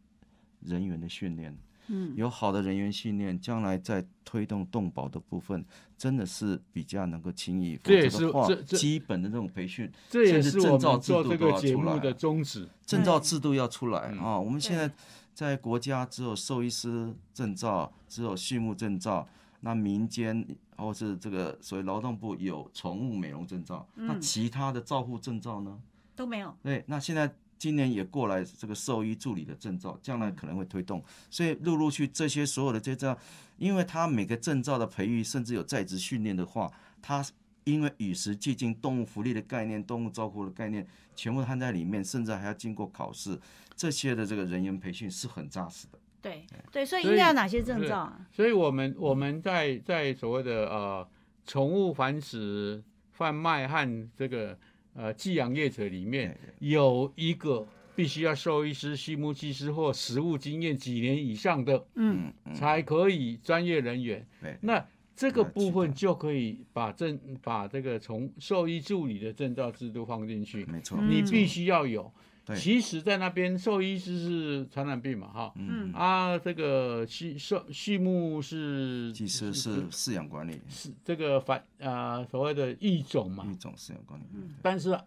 S2: 人员的训练。嗯，有好的人员训练，将来在推动动保的部分，真的是比较能够轻易。
S3: 这也
S2: 否则的
S3: 是
S2: 话
S3: 这这
S2: 基本的这种培训，
S3: 哼， 这也
S2: 甚至
S3: 是我
S2: 证照
S3: 们
S2: 制
S3: 做
S2: 度
S3: 这
S2: 都
S3: 个
S2: 要
S3: 节
S2: 出
S3: 目
S2: 来
S3: 的宗旨。
S2: 证照制度要出来啊、我们现在
S1: 对
S2: 在国家只有兽医师证照，只有畜牧证照，那民间或是这个所谓劳动部有宠物美容证照，那其他的照护证照呢？
S1: 都没有。
S2: 对，哎那现在今年也过来这个兽医助理的证照，将来可能会推动，所以陆陆续这些所有的这些证照，因为它每个证照的培育，甚至有在职训练的话，它因为与时俱进，动物福利的概念、动物照顾的概念，全部含在里面，甚至还要经过考试，这些的这个人员培训是很扎实的。
S1: 对对，所以
S3: 所
S1: 应该
S3: 以
S1: 有哪些证
S3: 是
S1: 照啊？
S3: 所以我们我们在在所谓的呃宠物繁殖贩卖和这个呃寄养业者里
S2: 哎
S3: 面，有一个必须要兽医师、畜牧技师或实务经验几年以上的，
S1: 嗯，
S2: 嗯嗯，
S3: 才可以专业人员。
S2: 对，
S3: 那这个部
S2: 那
S3: 分
S2: 其
S3: 就可以把证把这个从兽医助理的证照制度放进去，
S2: 没错，
S3: 你必须要有。
S2: 对
S3: 其实，在那边兽医师是传染病嘛，哈，
S1: 嗯
S3: 啊，这个畜兽畜牧是
S2: 技师是
S3: 嗯
S2: 饲养管理
S3: 是这个反啊所谓的异种嘛
S2: 一，种饲养管理，
S3: 但是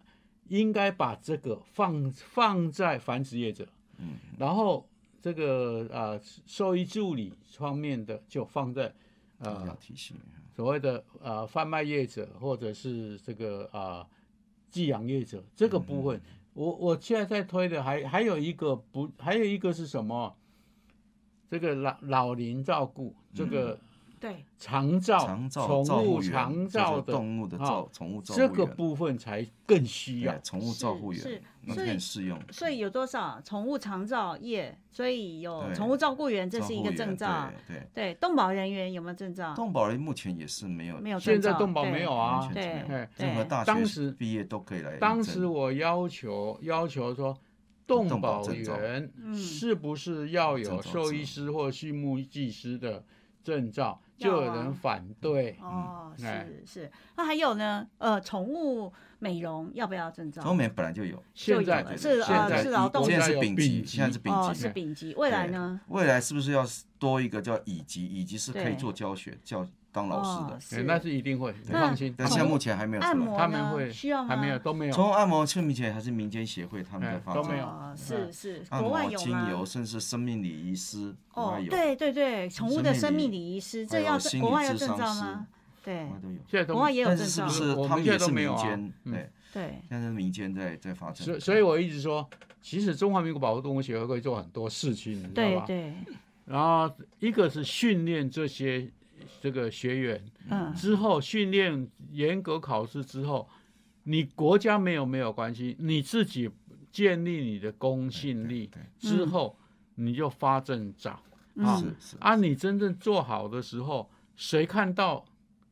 S3: 应该把这个放放在繁殖业者，嗯，然后这个啊兽医助理方面的就放在啊、
S2: 医疗
S3: 呃
S2: 体系。
S3: 所谓的呃贩卖业者或者是这个啊、呃、寄养业者这个部
S2: 嗯
S3: 分，我我现在在推的还还有一个不还有一个是什么？这个老老龄照顾，这个
S1: 对，
S3: 长照、
S2: 嗯长照照
S3: 呃宠
S2: 护
S3: 物
S2: 员
S3: 长照
S2: 就是
S3: 的
S2: 动物的
S3: 啊
S2: 照宠物照
S3: 这
S2: 护
S3: 个
S2: 员
S3: 部分才更需要
S2: 对，。宠物照护
S1: 是
S2: 员那
S1: 所以
S2: 很适用。
S1: 所以有多少宠物长照业？所以有
S2: 对
S1: 宠物照顾员，这
S2: 照
S1: 是一
S2: 护
S1: 个
S2: 员
S1: 证照。
S2: 对对，
S1: 对，动保人员有没有证照？
S2: 动保人目前也是没有
S1: 没有
S3: 现
S2: 证
S1: 证
S3: 在
S1: 照
S3: 动保没有啊
S2: 完，
S1: 对
S2: 全没有
S3: 哎，
S1: 对
S2: 任何大
S3: 当
S2: 学
S3: 时
S2: 毕业都可以来应征。
S3: 当时我要求要求说，动
S2: 动保
S3: 保
S2: 证照
S3: 员
S1: 嗯
S3: 是不是要有
S2: 证照
S3: 兽医
S2: 证
S3: 师或畜牧技师的证照？就
S1: 要啊
S3: 有人反
S2: 嗯
S3: 对，
S1: 哦，
S3: 哎
S1: 是是。那还有呢？呃，宠物美容要不要证照？
S2: 中美本来就有，
S1: 就
S3: 现
S1: 有
S3: 在
S1: 了是
S3: 现
S1: 啊，
S3: 在
S1: 是劳动
S2: 现
S1: 部
S2: 在是
S3: 有
S2: 丙
S3: 丙
S2: 级，
S3: 级
S2: 现在是丙
S1: 哦，
S2: 级。
S1: 是丙级。未来呢？
S2: 未来是不是要多一个叫乙级？乙级是可
S1: 对
S2: 以做教学、教当老师
S1: 哦
S2: 的，，
S3: 哎
S1: 是
S3: 那是一定会，你
S1: 那
S3: 放心。
S2: 但现在目前还没有出
S1: 按
S2: 来。
S1: 摩
S3: 他们
S1: 呢
S3: 会
S1: 需要吗？
S3: 还没有都没有，
S2: 从按摩去目前还是民间协会他们在
S3: 哎
S2: 发
S3: 都没
S2: 展
S3: 有。
S1: 哦，
S3: 哎
S1: 是是，
S2: 按
S1: 国外
S2: 摩、
S1: 有
S2: 精
S1: 吗？
S2: 油，甚至生命礼仪师，国
S1: 哦
S2: 外，有，嗯
S1: 对对对，宠物的
S2: 生
S1: 生
S2: 命
S1: 命
S2: 礼
S1: 礼仪师，
S2: 还
S1: 这
S2: 有
S1: 要
S2: 心
S1: 证
S2: 理
S1: 国外要
S2: 智
S1: 证
S2: 商
S1: 照
S2: 师
S1: 吗？对
S2: 国外都有。
S3: 现在都
S1: 国外也有
S2: 但
S1: 证
S2: 是是
S1: 照
S2: 不是
S3: 我们
S2: 他们
S3: 现
S2: 也
S3: 在
S2: 是
S3: 都没有
S2: 民
S3: 啊
S2: 间？
S3: 嗯
S2: 对，
S1: 对，
S2: 现在是民间在在发展。
S3: 所以所以我一直说，其实中华民国保护动物协会会做很多事情，你知道
S1: 对
S3: 吧？
S1: 对，
S3: 然后一个是训练这些这个学员，
S1: 嗯，
S3: 之后训练严格考试之后，你国家没有没有关系，你自己建立你的公信力
S2: 对
S3: 之后，你就发证照啊
S1: 嗯
S2: 是是
S3: 啊！你真正做好的时候，谁看到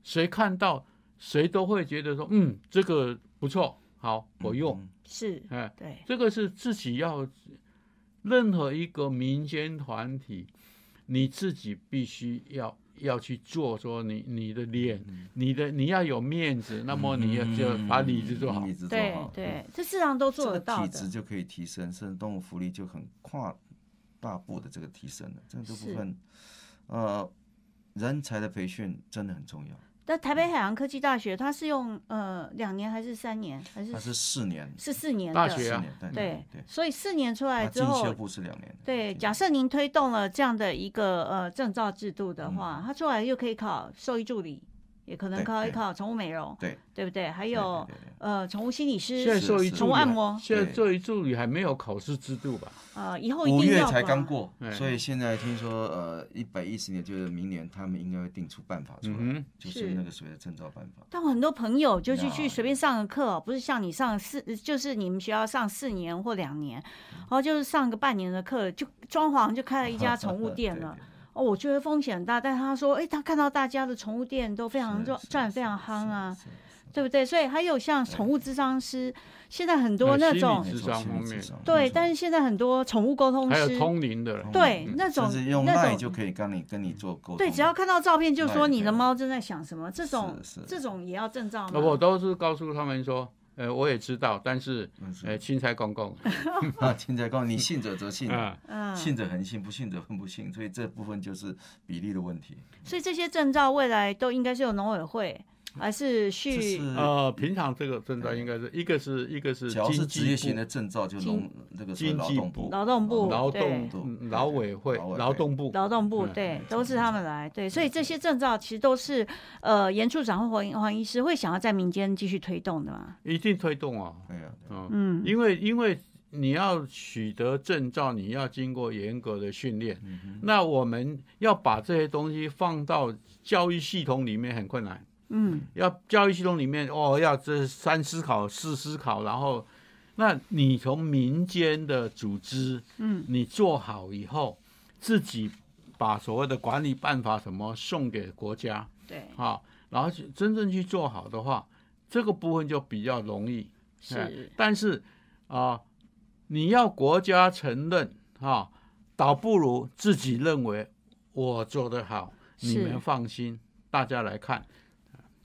S3: 谁看到谁都会觉得说，嗯，这个不错，好，我
S2: 嗯
S3: 用，
S1: 是，
S3: 哎，
S1: 对，
S3: 这个是自己要，任何一个民间团体，你自己必须要要去做，说你你的脸，
S2: 嗯
S3: 你的你要有面子，那么你要就把里
S2: 嗯
S3: 子做好
S2: 里。子做
S1: 对
S2: 好，
S1: 对，这事实上都
S2: 哦这
S1: 做
S2: 个
S1: 得到
S2: 体质
S1: 的。
S2: 就可以提升，甚至动物福利就很跨大步的这个提升了。这个
S1: 是
S2: 部分，呃，人才的培训真的很重要。
S1: 但台
S2: 嗯
S1: 北海洋科技大学，它是用呃两年还是三年还是
S2: 它是四年，
S1: 是四年
S3: 大
S1: 的
S3: 学
S2: 四
S3: 啊
S2: 年，对
S1: 对
S2: 嗯对，。
S1: 所以四年出来
S2: 它
S1: 之
S2: 进
S1: 后
S2: 修，部是两年的。
S1: 对，
S2: 进
S1: 假设您推动了这样的一个呃证照制度的话，它出来又可以考兽医助理，也可能
S2: 嗯对
S1: 考一
S2: 对
S1: 考宠物美容，
S2: 对
S1: 对不对？还
S2: 对
S1: 有
S2: 对对对
S1: 呃宠物心理
S3: 现在
S1: 师，
S2: 是
S3: 兽医
S2: 是
S3: 助
S1: 宠物
S3: 理
S1: 按
S3: 还，
S1: 摩，
S3: 现在
S2: 对
S3: 兽医助理还没有考试制度吧？
S1: 呃以后一
S2: 五
S1: 定
S2: 月
S1: 要
S2: 才
S1: 吧
S2: 刚过
S3: 哎，
S2: 所以现在听说，呃，一百一十年就是明年，他们应该会定出办法出
S3: 嗯
S2: 来
S3: 哼，
S2: 就是那个所谓的证照办法。
S1: 但我很多朋友就是去
S2: 那
S1: 随便上个课哦，不是像你上四，就是你们学校上四年或两年，
S2: 嗯
S1: 然后就是上个半年的课，就装潢就开了一 家宠物店
S2: 对
S1: 了。
S2: 对对
S1: 哦，我觉得风险很大，但他说，哎，他看到大家的宠物店都非常
S2: 是
S1: 赚
S2: 是
S1: 赚得非
S2: 是
S1: 常
S2: 是
S1: 夯啊，
S2: 是
S1: 对不对？所以还有像宠物智商师，现在很多
S3: 哎
S1: 那
S3: 心理
S1: 种
S3: 智
S2: 没错
S3: 商
S2: 心理
S3: 方
S2: 智
S3: 面
S2: 商没
S1: 对，
S2: 错
S1: 但是现在很多宠物沟通
S3: 嗯还有
S1: 师，
S3: 通灵的人，
S1: 对那
S2: 嗯甚
S1: 种
S2: 至用
S1: 那
S2: LINE
S1: 种
S2: 就可以跟你跟你做沟通。
S1: 对，只要看到照片就
S2: 那
S1: 说
S2: 也
S1: 你
S2: 可
S1: 的
S2: 以
S1: 猫正在想什么，这种
S2: 是是
S1: 这种也要证照
S2: 嗯
S1: 吗？
S3: 那我都是告诉他们说，呃，我也知道，但是
S2: 嗯是
S3: 呃，钦差公 公，
S2: 啊，现在告诉你信者则信，
S3: 啊，
S1: 嗯，
S2: 信者恒信，不信者恒不信，所以这部分就是比例的问题。
S1: 所以这些证照未来都应该是由农委会，还是
S2: 这
S1: 去
S2: 是
S3: 呃，平常这个证照应该是一个是一个是
S2: 只要是
S3: 经
S2: 职业
S3: 济
S2: 型
S3: 部
S2: 的证照，就农这个所谓
S3: 经
S2: 劳
S3: 济
S2: 动
S3: 部
S2: 部、
S1: 劳动部
S3: 劳
S1: 对
S3: 动嗯
S2: 对
S3: 劳委会
S2: 劳委、会
S3: 劳动部、
S1: 劳动部？
S3: 嗯
S1: 对，都是他们来。对，所以这些证照其实都是呃，严处长或黄黄医师会想要在民间继续推动的嘛。
S3: 一定推动啊，
S2: 对呀、
S3: 嗯，
S1: 嗯，
S3: 因为因为你要取得证照，你要经过严格的训练，
S2: 嗯
S3: 那我们要把这些东西放到教育系统里面很困难，
S1: 嗯，
S3: 要教育系统里面哦，要这三思考、四思考，然后，那你从民间的组织，
S1: 嗯，
S3: 你做好以后，自己把所谓的管理办法什么送给国家，
S1: 对，
S3: 啊，然后去真正去做好的话，这个部分就比较容易。哎
S1: 是，
S3: 但是啊、你要国家承认啊，倒不如自己认为我做得好，你
S1: 是
S3: 们放心，大家来看。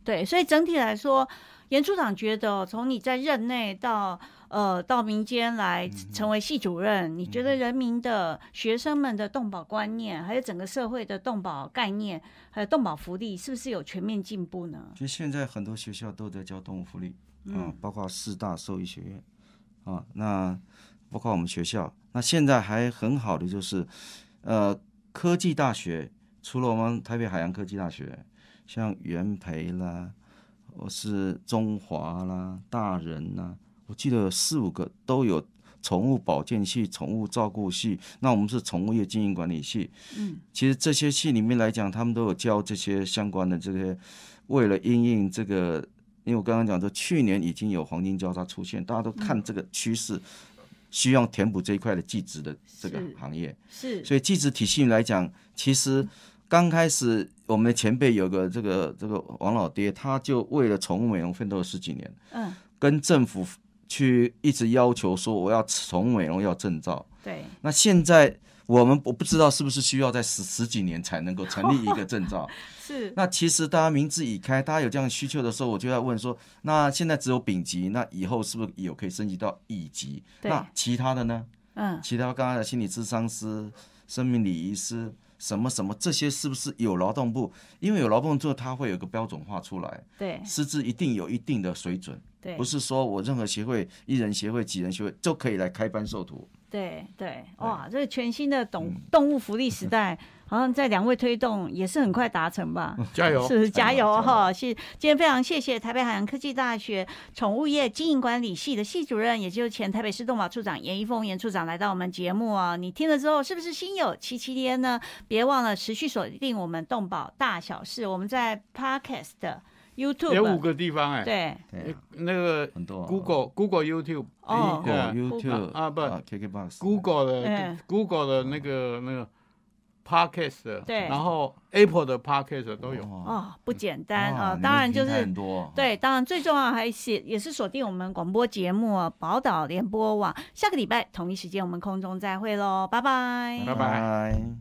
S1: 对，所以整体来说，严处长觉得哦从你在任内到呃到民间来
S2: 嗯
S1: 成为系主任，你觉得人民的、学生们的动保观念，还有整个社会的动保概念，还有动保福利，是不是有全面进步呢？
S2: 其实现在很多学校都在教动物福利，嗯，包括四大兽医学院，啊，那包括我们学校，那现在还很好的就是，呃，科技大学除了我们台北海洋科技大学，像元培啦，或是中华啦、大人啦，我记得有四五个都有宠物保健系、宠物照顾系。那我们是宠物业经营管理系。嗯，其实这些系里面来讲，他们都有教这些相关的这些，为了因应这个，因为我刚刚讲说，去年已经有黄金交叉出现，大家都看这个趋势，需要填补这一块的技职的这个
S1: 是
S2: 行业。
S1: 是，
S2: 所以技职体系来讲，其实刚开始我们的前辈有个这个这个王老爹，他就为了宠物美容奋斗了十几年，
S1: 嗯，
S2: 跟政府去一直要求说我要宠物美容要证照。
S1: 对，
S2: 那现在我们我不知道是不是需要在十十几年才能够成立一个证照。
S1: 是，
S2: 那其实大家明知已开，大家有这样的需求的时候，我就要问说，那现在只有丙级，那以后是不是有可以升级到乙级？
S1: 对
S2: 那其他的呢？
S1: 嗯，
S2: 其他刚才的心理咨商师、生命礼仪师什么什么这些，是不是有劳动部？因为有劳动部，它会有个标准化出来，
S1: 对，
S2: 师资一定有一定的水准，
S1: 对，
S2: 不是说我任何协会、一人协会、几人协会就可以来开班授徒。
S1: 对对，
S2: 哎
S1: 哇，这个全新的动
S2: 嗯
S1: 动物福利时代，好像在两位推动也是很快达成 吧？
S3: 哦加油！
S1: 是加油
S2: 加油
S1: 哈！是今天非常谢谢台北海洋科技大学宠物业经营管理系的系主任，也就是前台北市动保处长严一峰严处长来到我们节目啊。你听了之后是不是心有戚戚焉呢？别忘了持续锁定我们动保大小事，我们在 Podcast 的
S3: 有五
S1: YouTube
S3: 个地方哎、
S1: 对
S2: 对啊，
S3: 那个
S2: 很多啊
S3: Google、Google、YouTube、
S1: 哦
S2: Google、
S3: 呃
S2: YouTube
S3: 啊不
S2: 啊，KKBox、
S3: Google 的、
S1: 嗯
S3: Google 的那个那个 Podcast，的
S1: 对
S3: 然后 Apple 的 Podcast 的都有。
S2: 哦，
S1: 哦，不简单
S2: 哇
S1: 啊
S2: 你！们
S1: 当然就
S2: 平台
S1: 是
S2: 很多，啊
S1: 对，当然最重要还是也是锁定我们广播节目啊宝岛联播网。下个礼拜同一时间我们空中再会喽，拜拜
S3: 拜拜。